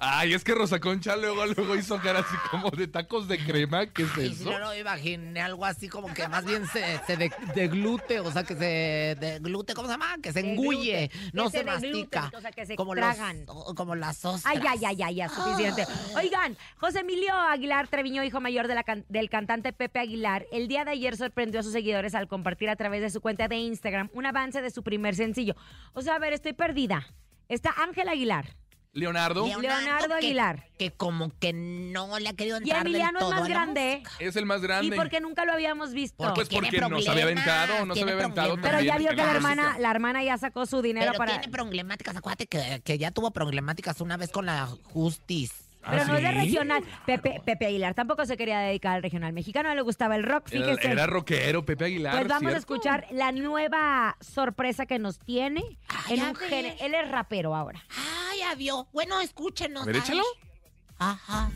Speaker 5: Ay, es que Rosa Concha luego, luego hizo cara así como de tacos de crema. ¿Qué es
Speaker 4: Y si
Speaker 5: eso?
Speaker 4: no lo imaginé algo así como que más bien se, se de- deglute, o sea, que se deglute, ¿cómo se llama? Que se engulle,
Speaker 9: Deglute, que
Speaker 4: no se,
Speaker 9: se degluten,
Speaker 4: mastica.
Speaker 9: o sea, que se
Speaker 4: como
Speaker 9: tragan.
Speaker 4: Los, o- como las ostras.
Speaker 9: Ay, ay, ay, ay, ya, suficiente. Oigan, José Emilio Aguilar Treviño, hijo mayor de la can- del cantante Pepe Aguilar, el día de ayer sorprendió a sus seguidores al compartir a través de su cuenta de Instagram un avance de su primer sencillo. O sea, a ver, estoy perdida. Está Ángel Aguilar.
Speaker 5: Leonardo.
Speaker 9: Leonardo
Speaker 4: que-
Speaker 9: Aguilar.
Speaker 4: Que como que no le ha querido
Speaker 9: Y
Speaker 4: entrar del
Speaker 9: Emiliano es
Speaker 4: todo
Speaker 9: más
Speaker 4: a la
Speaker 9: grande.
Speaker 5: Es el más
Speaker 9: Y
Speaker 5: grande.
Speaker 9: porque nunca lo habíamos visto.
Speaker 5: pues porque no se había aventado, no se había aventado.
Speaker 9: Pero ya vio
Speaker 5: también
Speaker 9: que la
Speaker 5: en música.
Speaker 9: hermana, la hermana ya sacó su dinero
Speaker 4: Pero
Speaker 9: para.
Speaker 4: tiene problemáticas, acuérdate que, que ya tuvo problemáticas una vez con la Justice.
Speaker 5: ¿Ah,
Speaker 9: Pero no es de regional. Pepe, Pepe Aguilar tampoco se quería dedicar al regional mexicano, le gustaba el rock,
Speaker 5: Era,
Speaker 9: fíjese.
Speaker 5: era rockero, Pepe Aguilar.
Speaker 9: Pues vamos
Speaker 5: ¿cierto?
Speaker 9: a escuchar la nueva sorpresa que nos tiene en
Speaker 4: a
Speaker 9: un
Speaker 4: ver.
Speaker 9: género. Él es rapero ahora.
Speaker 4: Ay, ya vio. Bueno, escúchenos.
Speaker 5: A ver,
Speaker 4: ay.
Speaker 5: échalo.
Speaker 4: Ajá.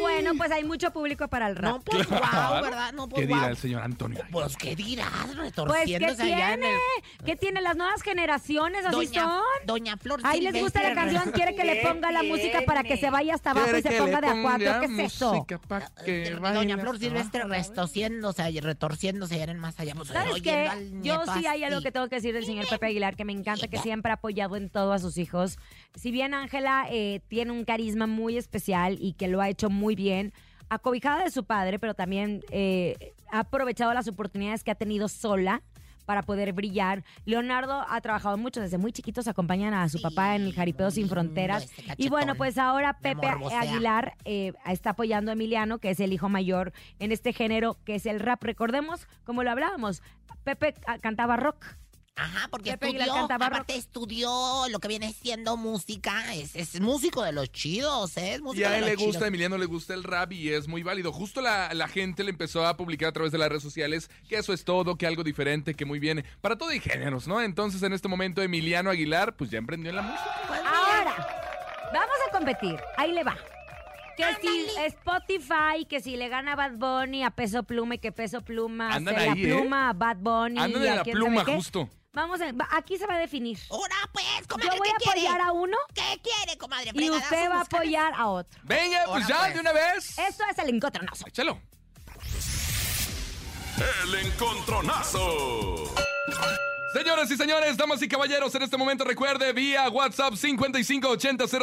Speaker 9: Bueno, pues hay mucho público para el rap.
Speaker 4: No, pues
Speaker 5: Claro.
Speaker 4: wow, ¿verdad? No, pues
Speaker 5: ¿Qué dirá
Speaker 4: wow.
Speaker 5: el señor Antonio?
Speaker 4: Pues qué dirás,
Speaker 9: Pues, ¿qué
Speaker 4: retorciéndose allá en
Speaker 9: tiene?
Speaker 4: el...
Speaker 9: ¿Qué tiene? Las nuevas generaciones, así
Speaker 4: Doña,
Speaker 9: son.
Speaker 4: Doña Flor
Speaker 9: Ahí les gusta la
Speaker 4: Silvestre.
Speaker 9: canción, quiere que le ponga la música para que se vaya hasta abajo y se ponga de a cuatro. ¿Qué es Eh, eso?
Speaker 4: Doña Flor Silvestre retorciéndose, y retorciéndose allá en el más allá. Pues,
Speaker 9: ¿Sabes
Speaker 4: oyendo
Speaker 9: qué?
Speaker 4: al
Speaker 9: Yo
Speaker 4: nieto
Speaker 9: sí hay algo
Speaker 4: así.
Speaker 9: que tengo que decir del señor Pepe Aguilar, que me encanta, que siempre ha apoyado en todo a sus hijos. Si bien Ángela eh, tiene un carisma muy especial y que lo ha hecho muy bien, acobijada de su padre, pero también eh, ha aprovechado las oportunidades que ha tenido sola para poder brillar. Leonardo ha trabajado mucho, desde muy chiquitos acompañan a su papá en el Jaripeo
Speaker 4: mm,
Speaker 9: Sin Fronteras.
Speaker 4: este
Speaker 9: Y bueno, pues ahora Pepe
Speaker 4: morbosea.
Speaker 9: Aguilar eh, está apoyando a Emiliano, que es el hijo mayor en este género, que es el rap. Recordemos, como lo hablábamos, Pepe ah, cantaba rock.
Speaker 4: Ajá, porque
Speaker 9: Pepe Aguilar
Speaker 4: estudió,
Speaker 9: cantaba rock.
Speaker 4: aparte estudió lo que viene siendo música. Es, es músico de los chidos, ¿eh? Es músico
Speaker 5: Y a
Speaker 4: de
Speaker 5: él
Speaker 4: los
Speaker 5: le gusta, a
Speaker 4: chidos.
Speaker 5: Emiliano le gusta el rap y es muy válido. Justo la, la gente le empezó a publicar a través de las redes sociales que eso es todo, que algo diferente, que muy bien. Para todo hay géneros, ¿no? Entonces en este momento Emiliano Aguilar pues ya emprendió en la música.
Speaker 9: Ahora, vamos a competir. Ahí le va. Que si Spotify, que si le gana Bad Bunny a Peso Pluma y que Peso Pluma
Speaker 5: Andan
Speaker 9: se la
Speaker 5: ahí, ¿eh?
Speaker 9: pluma a Bad Bunny.
Speaker 5: Andan
Speaker 9: y a
Speaker 5: en la
Speaker 9: quién sabe
Speaker 5: pluma
Speaker 9: qué.
Speaker 5: justo.
Speaker 9: Vamos, a- va- aquí se va a definir.
Speaker 4: Ahora pues, comadre,
Speaker 9: Yo voy a
Speaker 4: ¿qué quiere?
Speaker 9: apoyar a uno
Speaker 4: ¿Qué quiere, comadre?
Speaker 9: y
Speaker 4: Fregadazos,
Speaker 9: usted va a
Speaker 4: búscame.
Speaker 9: apoyar a otro.
Speaker 5: Venga, pues
Speaker 4: Ahora
Speaker 5: ya,
Speaker 4: pues.
Speaker 5: de una vez.
Speaker 9: Esto es el encontronazo.
Speaker 5: Échalo.
Speaker 1: El encontronazo.
Speaker 5: Señoras y señores, damas y caballeros, en este momento recuerde vía WhatsApp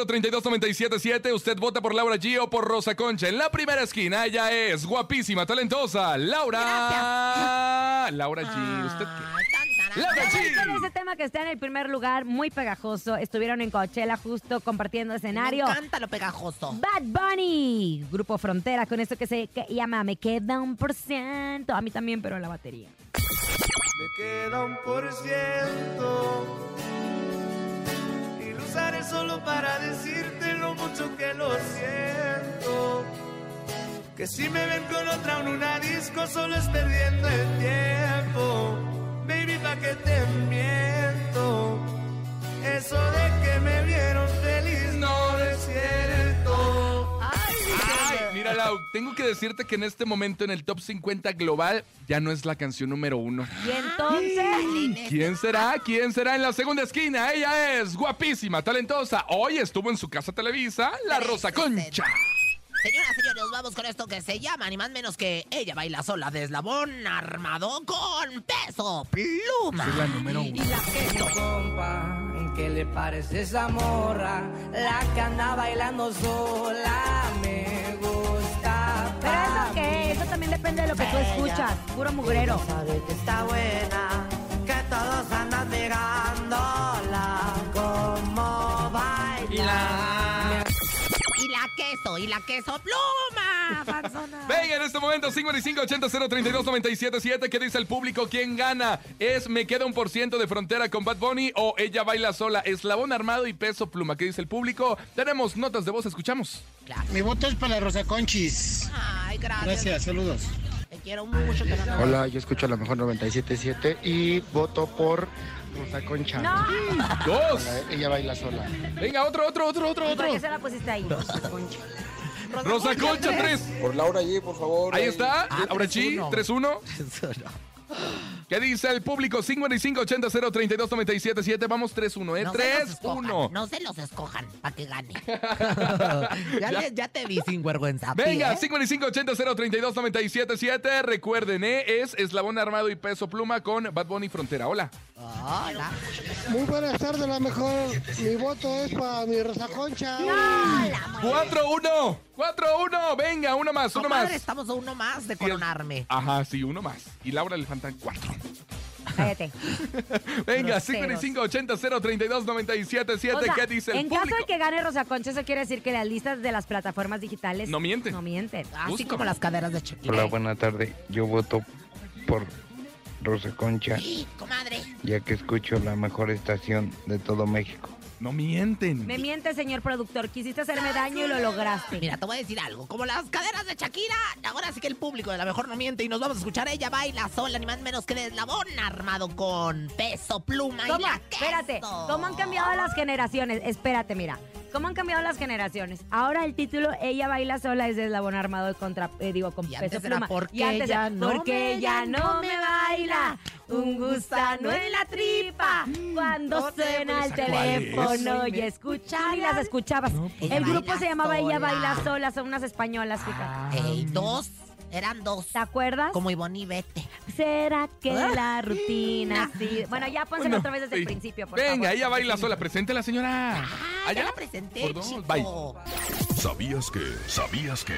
Speaker 5: 5580-032-977. Usted vota por Laura G o por Rosa Concha. En la primera esquina, ella es guapísima, talentosa, Laura. Laura G. ¿Usted
Speaker 4: Ah,
Speaker 5: qué? Laura
Speaker 9: Vamos
Speaker 5: G.
Speaker 9: Ah. con ese tema que está en el primer lugar, muy pegajoso. Estuvieron en Coachella justo compartiendo escenario.
Speaker 4: Me encanta lo pegajoso.
Speaker 9: Bad Bunny, Grupo Frontera, con esto que se que- llama Me queda un por ciento. A mí también, pero en la batería.
Speaker 2: Me queda un por ciento. Y lo usaré solo para decirte lo mucho que lo siento. Que si me ven con otra en una disco, solo es perdiendo el tiempo. Baby, pa' que te miento. Eso de que me vieron feliz no es cierto.
Speaker 9: Ah,
Speaker 5: Ay, mira, Lau, tengo que decirte que en este momento en el top 50 global ya no es la canción número uno.
Speaker 9: Y entonces.
Speaker 5: ¿Quién será? ¿Quién será en la segunda esquina? Ella es guapísima, talentosa. Hoy estuvo en su casa Televisa, la Rosa Concha.
Speaker 4: Señoras, señores, vamos con esto que se llama, ni más menos que ella baila sola de eslabón armado con peso, pluma.
Speaker 2: Es la número uno. compa, ¿qué le parece esa morra? La que anda bailando sola me gusta.
Speaker 9: Pero eso qué, eso también depende de lo que tú escuchas. Puro mugrero.
Speaker 2: Está buena, que todos andan mirándola como baila.
Speaker 4: Y la queso, y la queso, pluma, panzona.
Speaker 5: Venga, en este momento, 5580-032-977. ¿Qué dice el público? ¿Quién gana? ¿Es Me queda un por ciento de frontera con Bad Bunny o Ella baila sola? Eslabón armado y peso pluma. ¿Qué dice el público? Tenemos notas de voz, escuchamos.
Speaker 17: Mi voto es para Rosa Conchis.
Speaker 4: Ay, gracias.
Speaker 17: Gracias, saludos.
Speaker 4: Te quiero mucho, te la-
Speaker 17: Hola, yo escucho a la mejor 977 y voto por Rosa Concha.
Speaker 5: Dos.
Speaker 17: Ella baila sola.
Speaker 5: Venga, otro, otro, otro, otro,
Speaker 9: ¿Por
Speaker 5: otro.
Speaker 9: qué se la pusiste ahí?
Speaker 5: Rosa Concha, tres.
Speaker 16: Por Laura G, por favor.
Speaker 5: Ahí está,
Speaker 16: Ah,
Speaker 5: Laura G, 3-1. ¿Qué dice el público? 5580-032-977. Vamos 3-1, ¿eh?
Speaker 4: No se los escojan,
Speaker 5: 3-1.
Speaker 4: No se los escojan para que gane.
Speaker 5: Ya.
Speaker 4: ya, le- ya te vi sin vergüenza.
Speaker 5: Venga,
Speaker 9: ¿eh?
Speaker 5: 5580-032-977. Recuerden, ¿eh? Es Eslabón Armado y Peso Pluma con Bad Bunny Frontera. Hola.
Speaker 4: Hola.
Speaker 17: Muy buenas tardes, la mejor. Mi voto es para mi Rosa Concha.
Speaker 5: 4-1. 4-1. Venga, uno más, uno
Speaker 4: Compadre,
Speaker 5: más.
Speaker 4: estamos a uno más de coronarme.
Speaker 5: Ajá, sí, uno más. Y Laura le faltan cuatro.
Speaker 9: Cállate.
Speaker 5: Venga,
Speaker 9: Groseros.
Speaker 5: 5580-032-977.
Speaker 9: O sea,
Speaker 5: ¿Qué dice el
Speaker 9: en
Speaker 5: público?
Speaker 9: caso de que gane Rosa Concha, eso quiere decir que las listas de las plataformas digitales
Speaker 5: No mienten.
Speaker 9: No mienten.
Speaker 4: Así como las caderas de Shakira.
Speaker 18: Hola, buena tarde. Yo voto por Rosa Concha,
Speaker 4: Comadre.
Speaker 18: ya que escucho la mejor estación de todo México.
Speaker 5: No mienten.
Speaker 9: Me miente, señor productor. Quisiste hacerme daño y lo lograste.
Speaker 4: Mira, te voy a decir algo. Como las caderas de Shakira, ahora sí que el público de la mejor no miente y nos vamos a escuchar. Ella baila sola, ni más menos que de eslabón armado con peso, pluma y
Speaker 9: ¿Cómo?
Speaker 4: la
Speaker 9: Espérate, ¿cómo han cambiado las generaciones? Espérate, mira. ¿Cómo han cambiado las generaciones? Ahora el título Ella baila sola es de eslabón armado y contra, eh, digo, con peso
Speaker 4: antes era
Speaker 9: pluma.
Speaker 4: Porque
Speaker 9: Y antes era
Speaker 4: ella no
Speaker 9: Porque
Speaker 4: me- Mm,
Speaker 9: ella no me baila, un gusano en la tripa, cuando
Speaker 4: no te
Speaker 9: suena el
Speaker 4: molesta. ¿Cuál
Speaker 9: teléfono
Speaker 4: es?
Speaker 9: y escucha y las escuchabas.
Speaker 5: pues,
Speaker 9: el
Speaker 4: Ella
Speaker 9: grupo
Speaker 4: baila
Speaker 9: se llamaba Ella
Speaker 4: sola.
Speaker 9: baila sola, son unas españolas, fíjate.
Speaker 4: Ey, dos, eran dos. ¿Te
Speaker 9: acuerdas?
Speaker 4: Como Ivonne y Vete.
Speaker 9: ¿Será que la rutina sí? Bueno, ya pónselo
Speaker 5: Bueno,
Speaker 9: otra vez desde
Speaker 5: sí.
Speaker 9: el principio, por favor.
Speaker 5: Venga, ella baila sola. Preséntela,
Speaker 4: Ah,
Speaker 5: señora.
Speaker 9: ya
Speaker 5: Allá.
Speaker 9: la presenté,
Speaker 5: Por dos,
Speaker 9: chico.
Speaker 5: bye.
Speaker 1: ¿Sabías que? ¿Sabías que?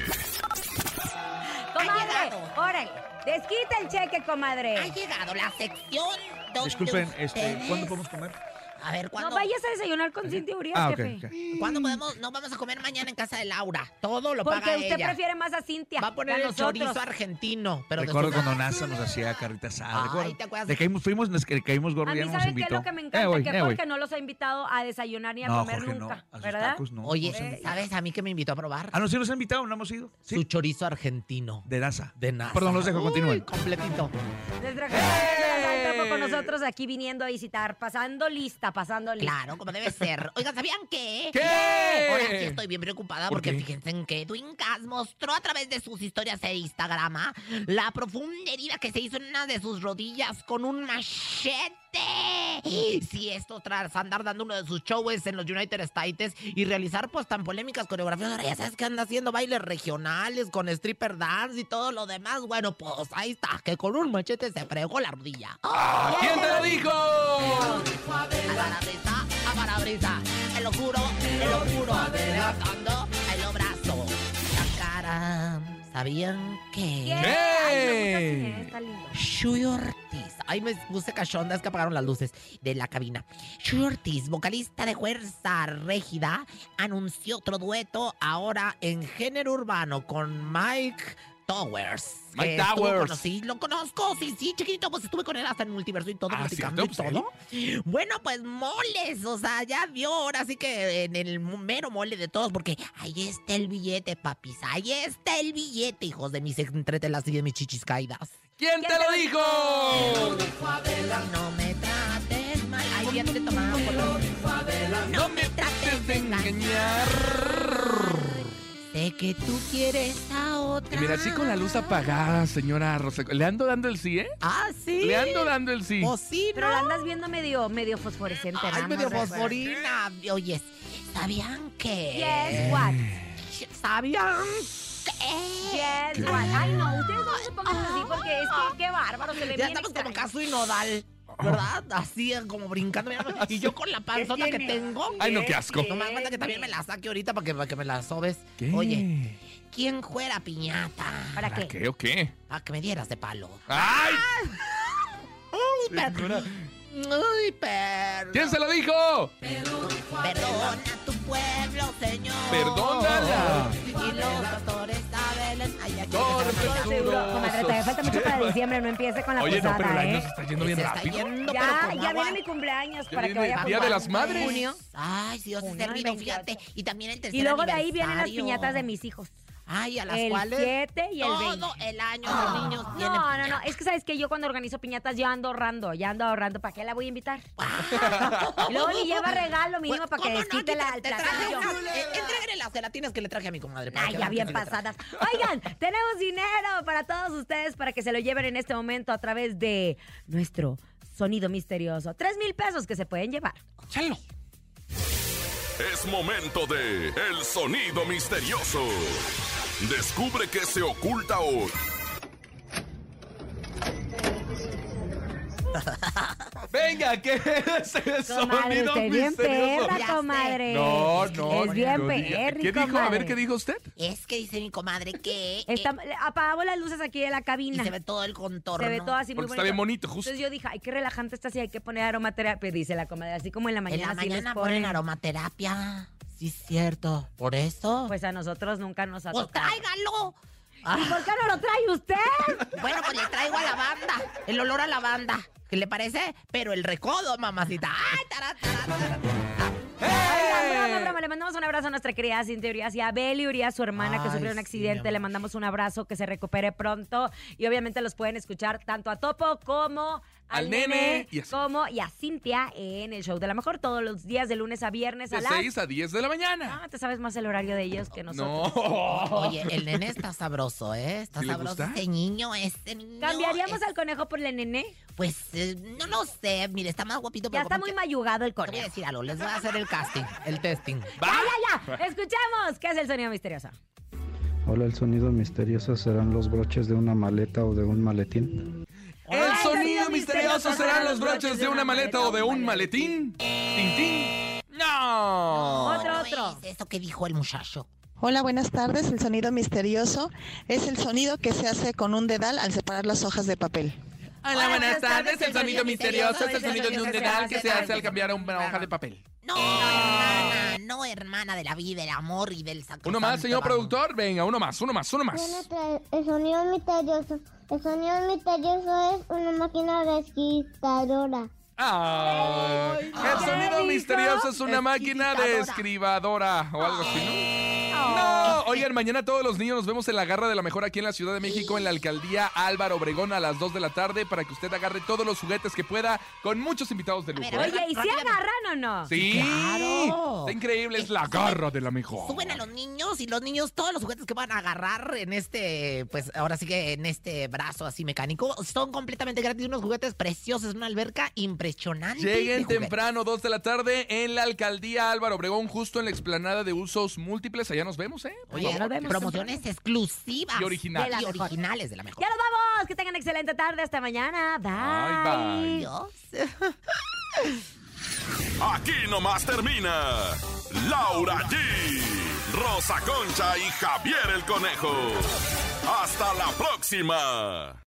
Speaker 9: Comadre, órale, desquita el cheque, comadre. Ha
Speaker 4: llegado la sección donde
Speaker 19: Disculpen, este,
Speaker 4: ustedes-
Speaker 19: ¿cuándo podemos comer?
Speaker 4: A ver, ¿cuándo?
Speaker 9: No vayas a desayunar con Cintia Urias,
Speaker 19: Ah, ok,
Speaker 9: jefe.
Speaker 19: ok.
Speaker 4: ¿Cuándo podemos? No vamos a comer mañana en casa de Laura. Todo lo
Speaker 9: Porque
Speaker 4: paga
Speaker 9: usted
Speaker 4: ella.
Speaker 9: prefiere más a Cintia.
Speaker 4: Va a poner
Speaker 9: que a
Speaker 4: el chorizo
Speaker 9: nosotros.
Speaker 4: argentino. Pero de
Speaker 19: Recuerdo
Speaker 4: su-
Speaker 19: cuando NASA nos hacía carrita asada.
Speaker 4: Ay,
Speaker 19: recuerdo.
Speaker 4: ¿te acuerdas?
Speaker 19: Le caímos, fuimos, nos que- le caímos gordo,
Speaker 9: A
Speaker 19: ya
Speaker 9: mí,
Speaker 19: no nos
Speaker 9: ¿saben qué
Speaker 19: invitó.
Speaker 9: es lo que me encanta?
Speaker 19: Eh, voy,
Speaker 9: que
Speaker 19: eh, voy.
Speaker 9: porque no los ha invitado a desayunar ni a
Speaker 19: No,
Speaker 9: comer
Speaker 19: Jorge, no.
Speaker 9: nunca,
Speaker 19: A sus
Speaker 9: ¿verdad?
Speaker 19: tacos no.
Speaker 4: Oye,
Speaker 19: no se invita.
Speaker 4: ¿sabes a mí que me invitó a probar?
Speaker 19: Ah, no, sí nos han invitado, no hemos ido.
Speaker 4: Su chorizo argentino.
Speaker 19: De NASA.
Speaker 4: De NASA.
Speaker 19: Perdón, los dejo, continúen.
Speaker 4: Completito.
Speaker 9: Les trajeron a Santa
Speaker 19: ¡Eh!
Speaker 9: Fe con nosotros aquí viniendo a visitar, pasando lista, pasando lista.
Speaker 4: Claro, como debe ser. Oigan, ¿sabían qué?
Speaker 9: ¿Qué?
Speaker 4: Ahora sí estoy bien preocupada
Speaker 9: ¿Por
Speaker 4: porque
Speaker 9: qué?
Speaker 4: fíjense en que Edwin Cass mostró a través de sus historias de Instagram ah, la profunda herida que se hizo en una de sus rodillas con un machete. Si esto tras andar dando uno de sus shows en los United States y realizar pues tan polémicas coreografías, ahora ya sabes que anda haciendo bailes regionales con stripper dance y todo lo demás. Bueno, pues ahí está, que con un machete se fregó la rodilla.
Speaker 5: ¡Ah! ¿Quién te lo dijo?
Speaker 4: Abrabrisa, abrabrisa, te lo juro, te lo juro, levantando el brazo, la cara. ¿Sabían que?
Speaker 19: ¡Eh!
Speaker 4: Shuy Ortiz. Ay, me puse cachonda, es que apagaron las luces de la cabina. Shuy Ortiz, vocalista de Fuerza Régida, anunció otro dueto ahora en género urbano con Mike Towers.
Speaker 5: Mike
Speaker 4: que estuvo
Speaker 5: Towers.
Speaker 4: con- Sí, lo conozco, sí, sí, chiquitito, pues estuve con él hasta en multiverso y todo,
Speaker 5: Ah,
Speaker 4: platicando
Speaker 5: ¿cierto?
Speaker 4: y
Speaker 5: Pues,
Speaker 4: todo. Bueno, pues moles, o sea, ya vio, ahora sí que en el mero mole de todos, porque ahí está el billete, papis, ahí está el billete, hijos de mis entretelas y de mis chichis caídas.
Speaker 5: ¿Quién te lo dijo?
Speaker 4: No me trates mal. Ay, ya te tomaba por la- No me trates de engañar. Sé que tú quieres a
Speaker 5: Y
Speaker 4: otra.
Speaker 5: mira, así con la luz apagada, señora Rosa. ¿Le ando dando el sí, eh?
Speaker 4: Ah, sí. Pues
Speaker 5: Le ando dando el sí.
Speaker 9: Pero la andas viendo medio, medio fosforescente,
Speaker 4: Ay,
Speaker 9: ¿verdad?
Speaker 4: medio
Speaker 9: No recuerdo.
Speaker 4: fosforina. Oyes, ¿sabían que?
Speaker 9: Yes, what?
Speaker 5: Eh,
Speaker 4: ¿Sabían
Speaker 9: Yes,
Speaker 4: ¿Qué?
Speaker 9: what? Ay, no, ustedes no se pongan así porque es que qué bárbaro, se le
Speaker 4: Ya
Speaker 9: viene
Speaker 4: estamos como
Speaker 9: extraño.
Speaker 4: caso y nodal. ¿Verdad? Así eh, como brincando. mira, y yo con la panzota que
Speaker 9: tiene?
Speaker 4: tengo.
Speaker 5: Ay, no, qué asco.
Speaker 4: No más falta que también me la saque ahorita para que, para que me la sobes. Oye, ¿quién fuera piñata? ¿Para
Speaker 5: ¿Para qué o qué?
Speaker 4: Para que me dieras de palo.
Speaker 5: ¡Ay!
Speaker 4: Ay,
Speaker 19: Ah,
Speaker 4: perdón. Ay, perdón.
Speaker 5: ¿Quién se lo dijo?
Speaker 4: Perdona a tu pueblo, señor.
Speaker 5: Perdónala.
Speaker 4: Y los pastores saben. Ay, aquí
Speaker 5: Torpe
Speaker 9: Seguro, comadre, todavía falta mucho para diciembre, no empiece con la
Speaker 5: Oye, no,
Speaker 9: posada,
Speaker 5: pero el año
Speaker 9: ¿eh?
Speaker 5: se está yendo bien
Speaker 4: Se está
Speaker 5: rápido.
Speaker 4: yendo, pero
Speaker 9: Ya,
Speaker 4: como
Speaker 9: ya
Speaker 4: agua.
Speaker 9: viene mi cumpleaños
Speaker 5: Ya
Speaker 9: para que
Speaker 5: viene el
Speaker 9: vaya
Speaker 5: Día
Speaker 9: por
Speaker 5: de
Speaker 9: pan.
Speaker 5: las Madres.
Speaker 9: Junio.
Speaker 4: Ay, Dios, es servido, fíjate. Y también el tercer
Speaker 9: Y luego de ahí vienen las
Speaker 4: aniversario.
Speaker 9: piñatas de mis hijos.
Speaker 4: Ay, a las
Speaker 9: el
Speaker 4: cuales.
Speaker 9: 7 y el
Speaker 4: Todo
Speaker 9: 20.
Speaker 4: el año los niños tienen
Speaker 9: No, no, no. Es que sabes que yo cuando organizo piñatas ya ando ahorrando, ya ando ahorrando. ¿Para qué la voy a invitar? y luego ni lleva regalo mínimo para que
Speaker 4: Pues, ¿Cómo no?
Speaker 9: desquite
Speaker 4: Aquí
Speaker 9: la,
Speaker 4: te-
Speaker 9: el
Speaker 4: te traje
Speaker 9: platillo.
Speaker 4: unas, eh, Entrégale las gelatinas que le traje a mi comadre. para
Speaker 9: Ay,
Speaker 4: que
Speaker 9: ya
Speaker 4: vean
Speaker 9: bien
Speaker 4: que sí le
Speaker 9: pasadas. Oigan, tenemos dinero para todos ustedes para que se lo lleven en este momento a través de nuestro sonido misterioso. Tres mil pesos que se pueden llevar.
Speaker 5: ¡Chalo!
Speaker 1: Es momento de El sonido misterioso. Descubre qué se oculta hoy.
Speaker 5: Venga, ¿qué es el
Speaker 9: Comadre,
Speaker 5: sonido
Speaker 9: usted es bien
Speaker 5: misterioso?
Speaker 9: perra, comadre.
Speaker 5: No, no.
Speaker 9: Es bien
Speaker 5: no diga.
Speaker 9: perri,
Speaker 5: ¿Qué dijo? A ver,
Speaker 9: comadre.
Speaker 5: ¿qué dijo usted?
Speaker 4: Es que dice mi comadre que. eh,
Speaker 9: Está- apagamos las luces aquí de la cabina.
Speaker 4: Y se ve todo el contorno.
Speaker 9: Se ve todo así muy
Speaker 5: Porque está bien bonito, justo.
Speaker 9: Entonces yo dije, ay, qué relajante está así, hay que poner aromaterapia, dice la comadre. Así como en la mañana.
Speaker 4: en la
Speaker 9: sí les
Speaker 4: mañana ponen
Speaker 9: ponen.
Speaker 4: aromaterapia. Sí, es cierto. Por eso.
Speaker 9: Pues a nosotros nunca nos ha
Speaker 4: Pues
Speaker 9: tocado.
Speaker 4: tráigalo.
Speaker 9: ¿Y por qué no lo trae usted?
Speaker 4: Ah. Bueno, pues le traigo a la banda. El olor a la banda. ¿Qué le parece? Pero el recodo, mamacita. ¡Ay, tará, tará, tará!
Speaker 9: Oigan, broma, broma. Le mandamos un abrazo a nuestra querida Cintia Urias y a Beli Urias, su hermana que
Speaker 4: Ay,
Speaker 9: sufrió un
Speaker 4: sí, mi
Speaker 9: accidente.
Speaker 4: amor.
Speaker 9: Le mandamos un abrazo, que se recupere pronto. Y obviamente los pueden escuchar tanto a Topo como al,
Speaker 5: Al nene y a-
Speaker 9: como y a Cintia en el show de la mejor todos los días de lunes a viernes a
Speaker 5: De
Speaker 9: las...
Speaker 5: 6 a 10 de la mañana.
Speaker 9: Ah, te sabes más el horario de ellos que nosotros. Oh.
Speaker 5: No.
Speaker 4: Oye, eh, el nene está sabroso, ¿eh? Está
Speaker 5: ¿Sí le
Speaker 4: sabroso
Speaker 5: gusta?
Speaker 4: este niño, este niño.
Speaker 9: ¿Cambiaríamos
Speaker 4: eh,
Speaker 9: al conejo por el nene?
Speaker 4: Pues eh, no lo sé. Mire, está más guapito, pero.
Speaker 9: Ya está
Speaker 4: como
Speaker 9: muy
Speaker 4: que-
Speaker 9: mayugado el
Speaker 4: Te voy a
Speaker 9: conejo.
Speaker 4: decir algo. Les voy a hacer el casting, el testing.
Speaker 9: ¡Ya, ya, ya! Escuchamos. ¿Qué es el sonido misterioso?
Speaker 20: Hola, el sonido misterioso serán los broches de una maleta o de un maletín.
Speaker 5: El sonido misterioso serán los broches de una maleta o de un maletín. Tintín. No.
Speaker 9: Otro,
Speaker 4: no
Speaker 9: otro.
Speaker 4: es eso que dijo el muchacho.
Speaker 21: Hola, buenas tardes. El sonido misterioso es el sonido que se hace con un dedal al separar las hojas de papel.
Speaker 5: Hola, buenas tardes. El sonido misterioso es el sonido de un dedal que se hace al cambiar una hoja de papel.
Speaker 9: Eh.
Speaker 4: No, hermana, no, hermana de la vida, del amor y del sacrificio.
Speaker 5: Uno más, señor productor. Venga, uno más, uno más, uno
Speaker 10: Bueno,
Speaker 5: más.
Speaker 10: tra- el sonido misterioso. El sonido misterioso es una máquina desquitadora.
Speaker 5: Ay, el
Speaker 10: ¿Qué
Speaker 5: sonido
Speaker 10: dijo?
Speaker 5: misterioso es una máquina de escribadora o algo así, ¿no?
Speaker 9: No.
Speaker 5: No, Oigan, mañana todos los niños nos vemos en la Garra de la Mejor aquí en la Ciudad de México, en la alcaldía Álvaro Obregón a las 2 de la tarde para que usted agarre todos los juguetes que pueda con muchos invitados de lujo. ¿eh?
Speaker 9: Oye, ¿y si agarran o no?
Speaker 5: Sí,
Speaker 4: Claro.
Speaker 5: está increíble, es la Garra de la Mejor.
Speaker 4: Suben a los niños y los niños, todos los juguetes que van a agarrar en este, pues ahora sí que en este brazo así mecánico, son completamente gratis. Unos juguetes preciosos, una alberca impresionante. Este de
Speaker 5: Lleguen
Speaker 4: juguetes.
Speaker 5: temprano, 2 de la tarde, en la alcaldía Álvaro Obregón, justo en la explanada de usos múltiples. Allá nos vemos, ¿eh? Por
Speaker 4: Oye,
Speaker 5: favor.
Speaker 4: promociones exclusivas.
Speaker 5: Y originales.
Speaker 4: Y
Speaker 5: De la mejor.
Speaker 4: originales de la mejor.
Speaker 9: Ya nos vamos. Que tengan excelente tarde. Hasta mañana. Bye.
Speaker 5: Bye, bye.
Speaker 1: Aquí nomás termina Laura G, Rosa Concha y Javier el Conejo. Hasta la próxima.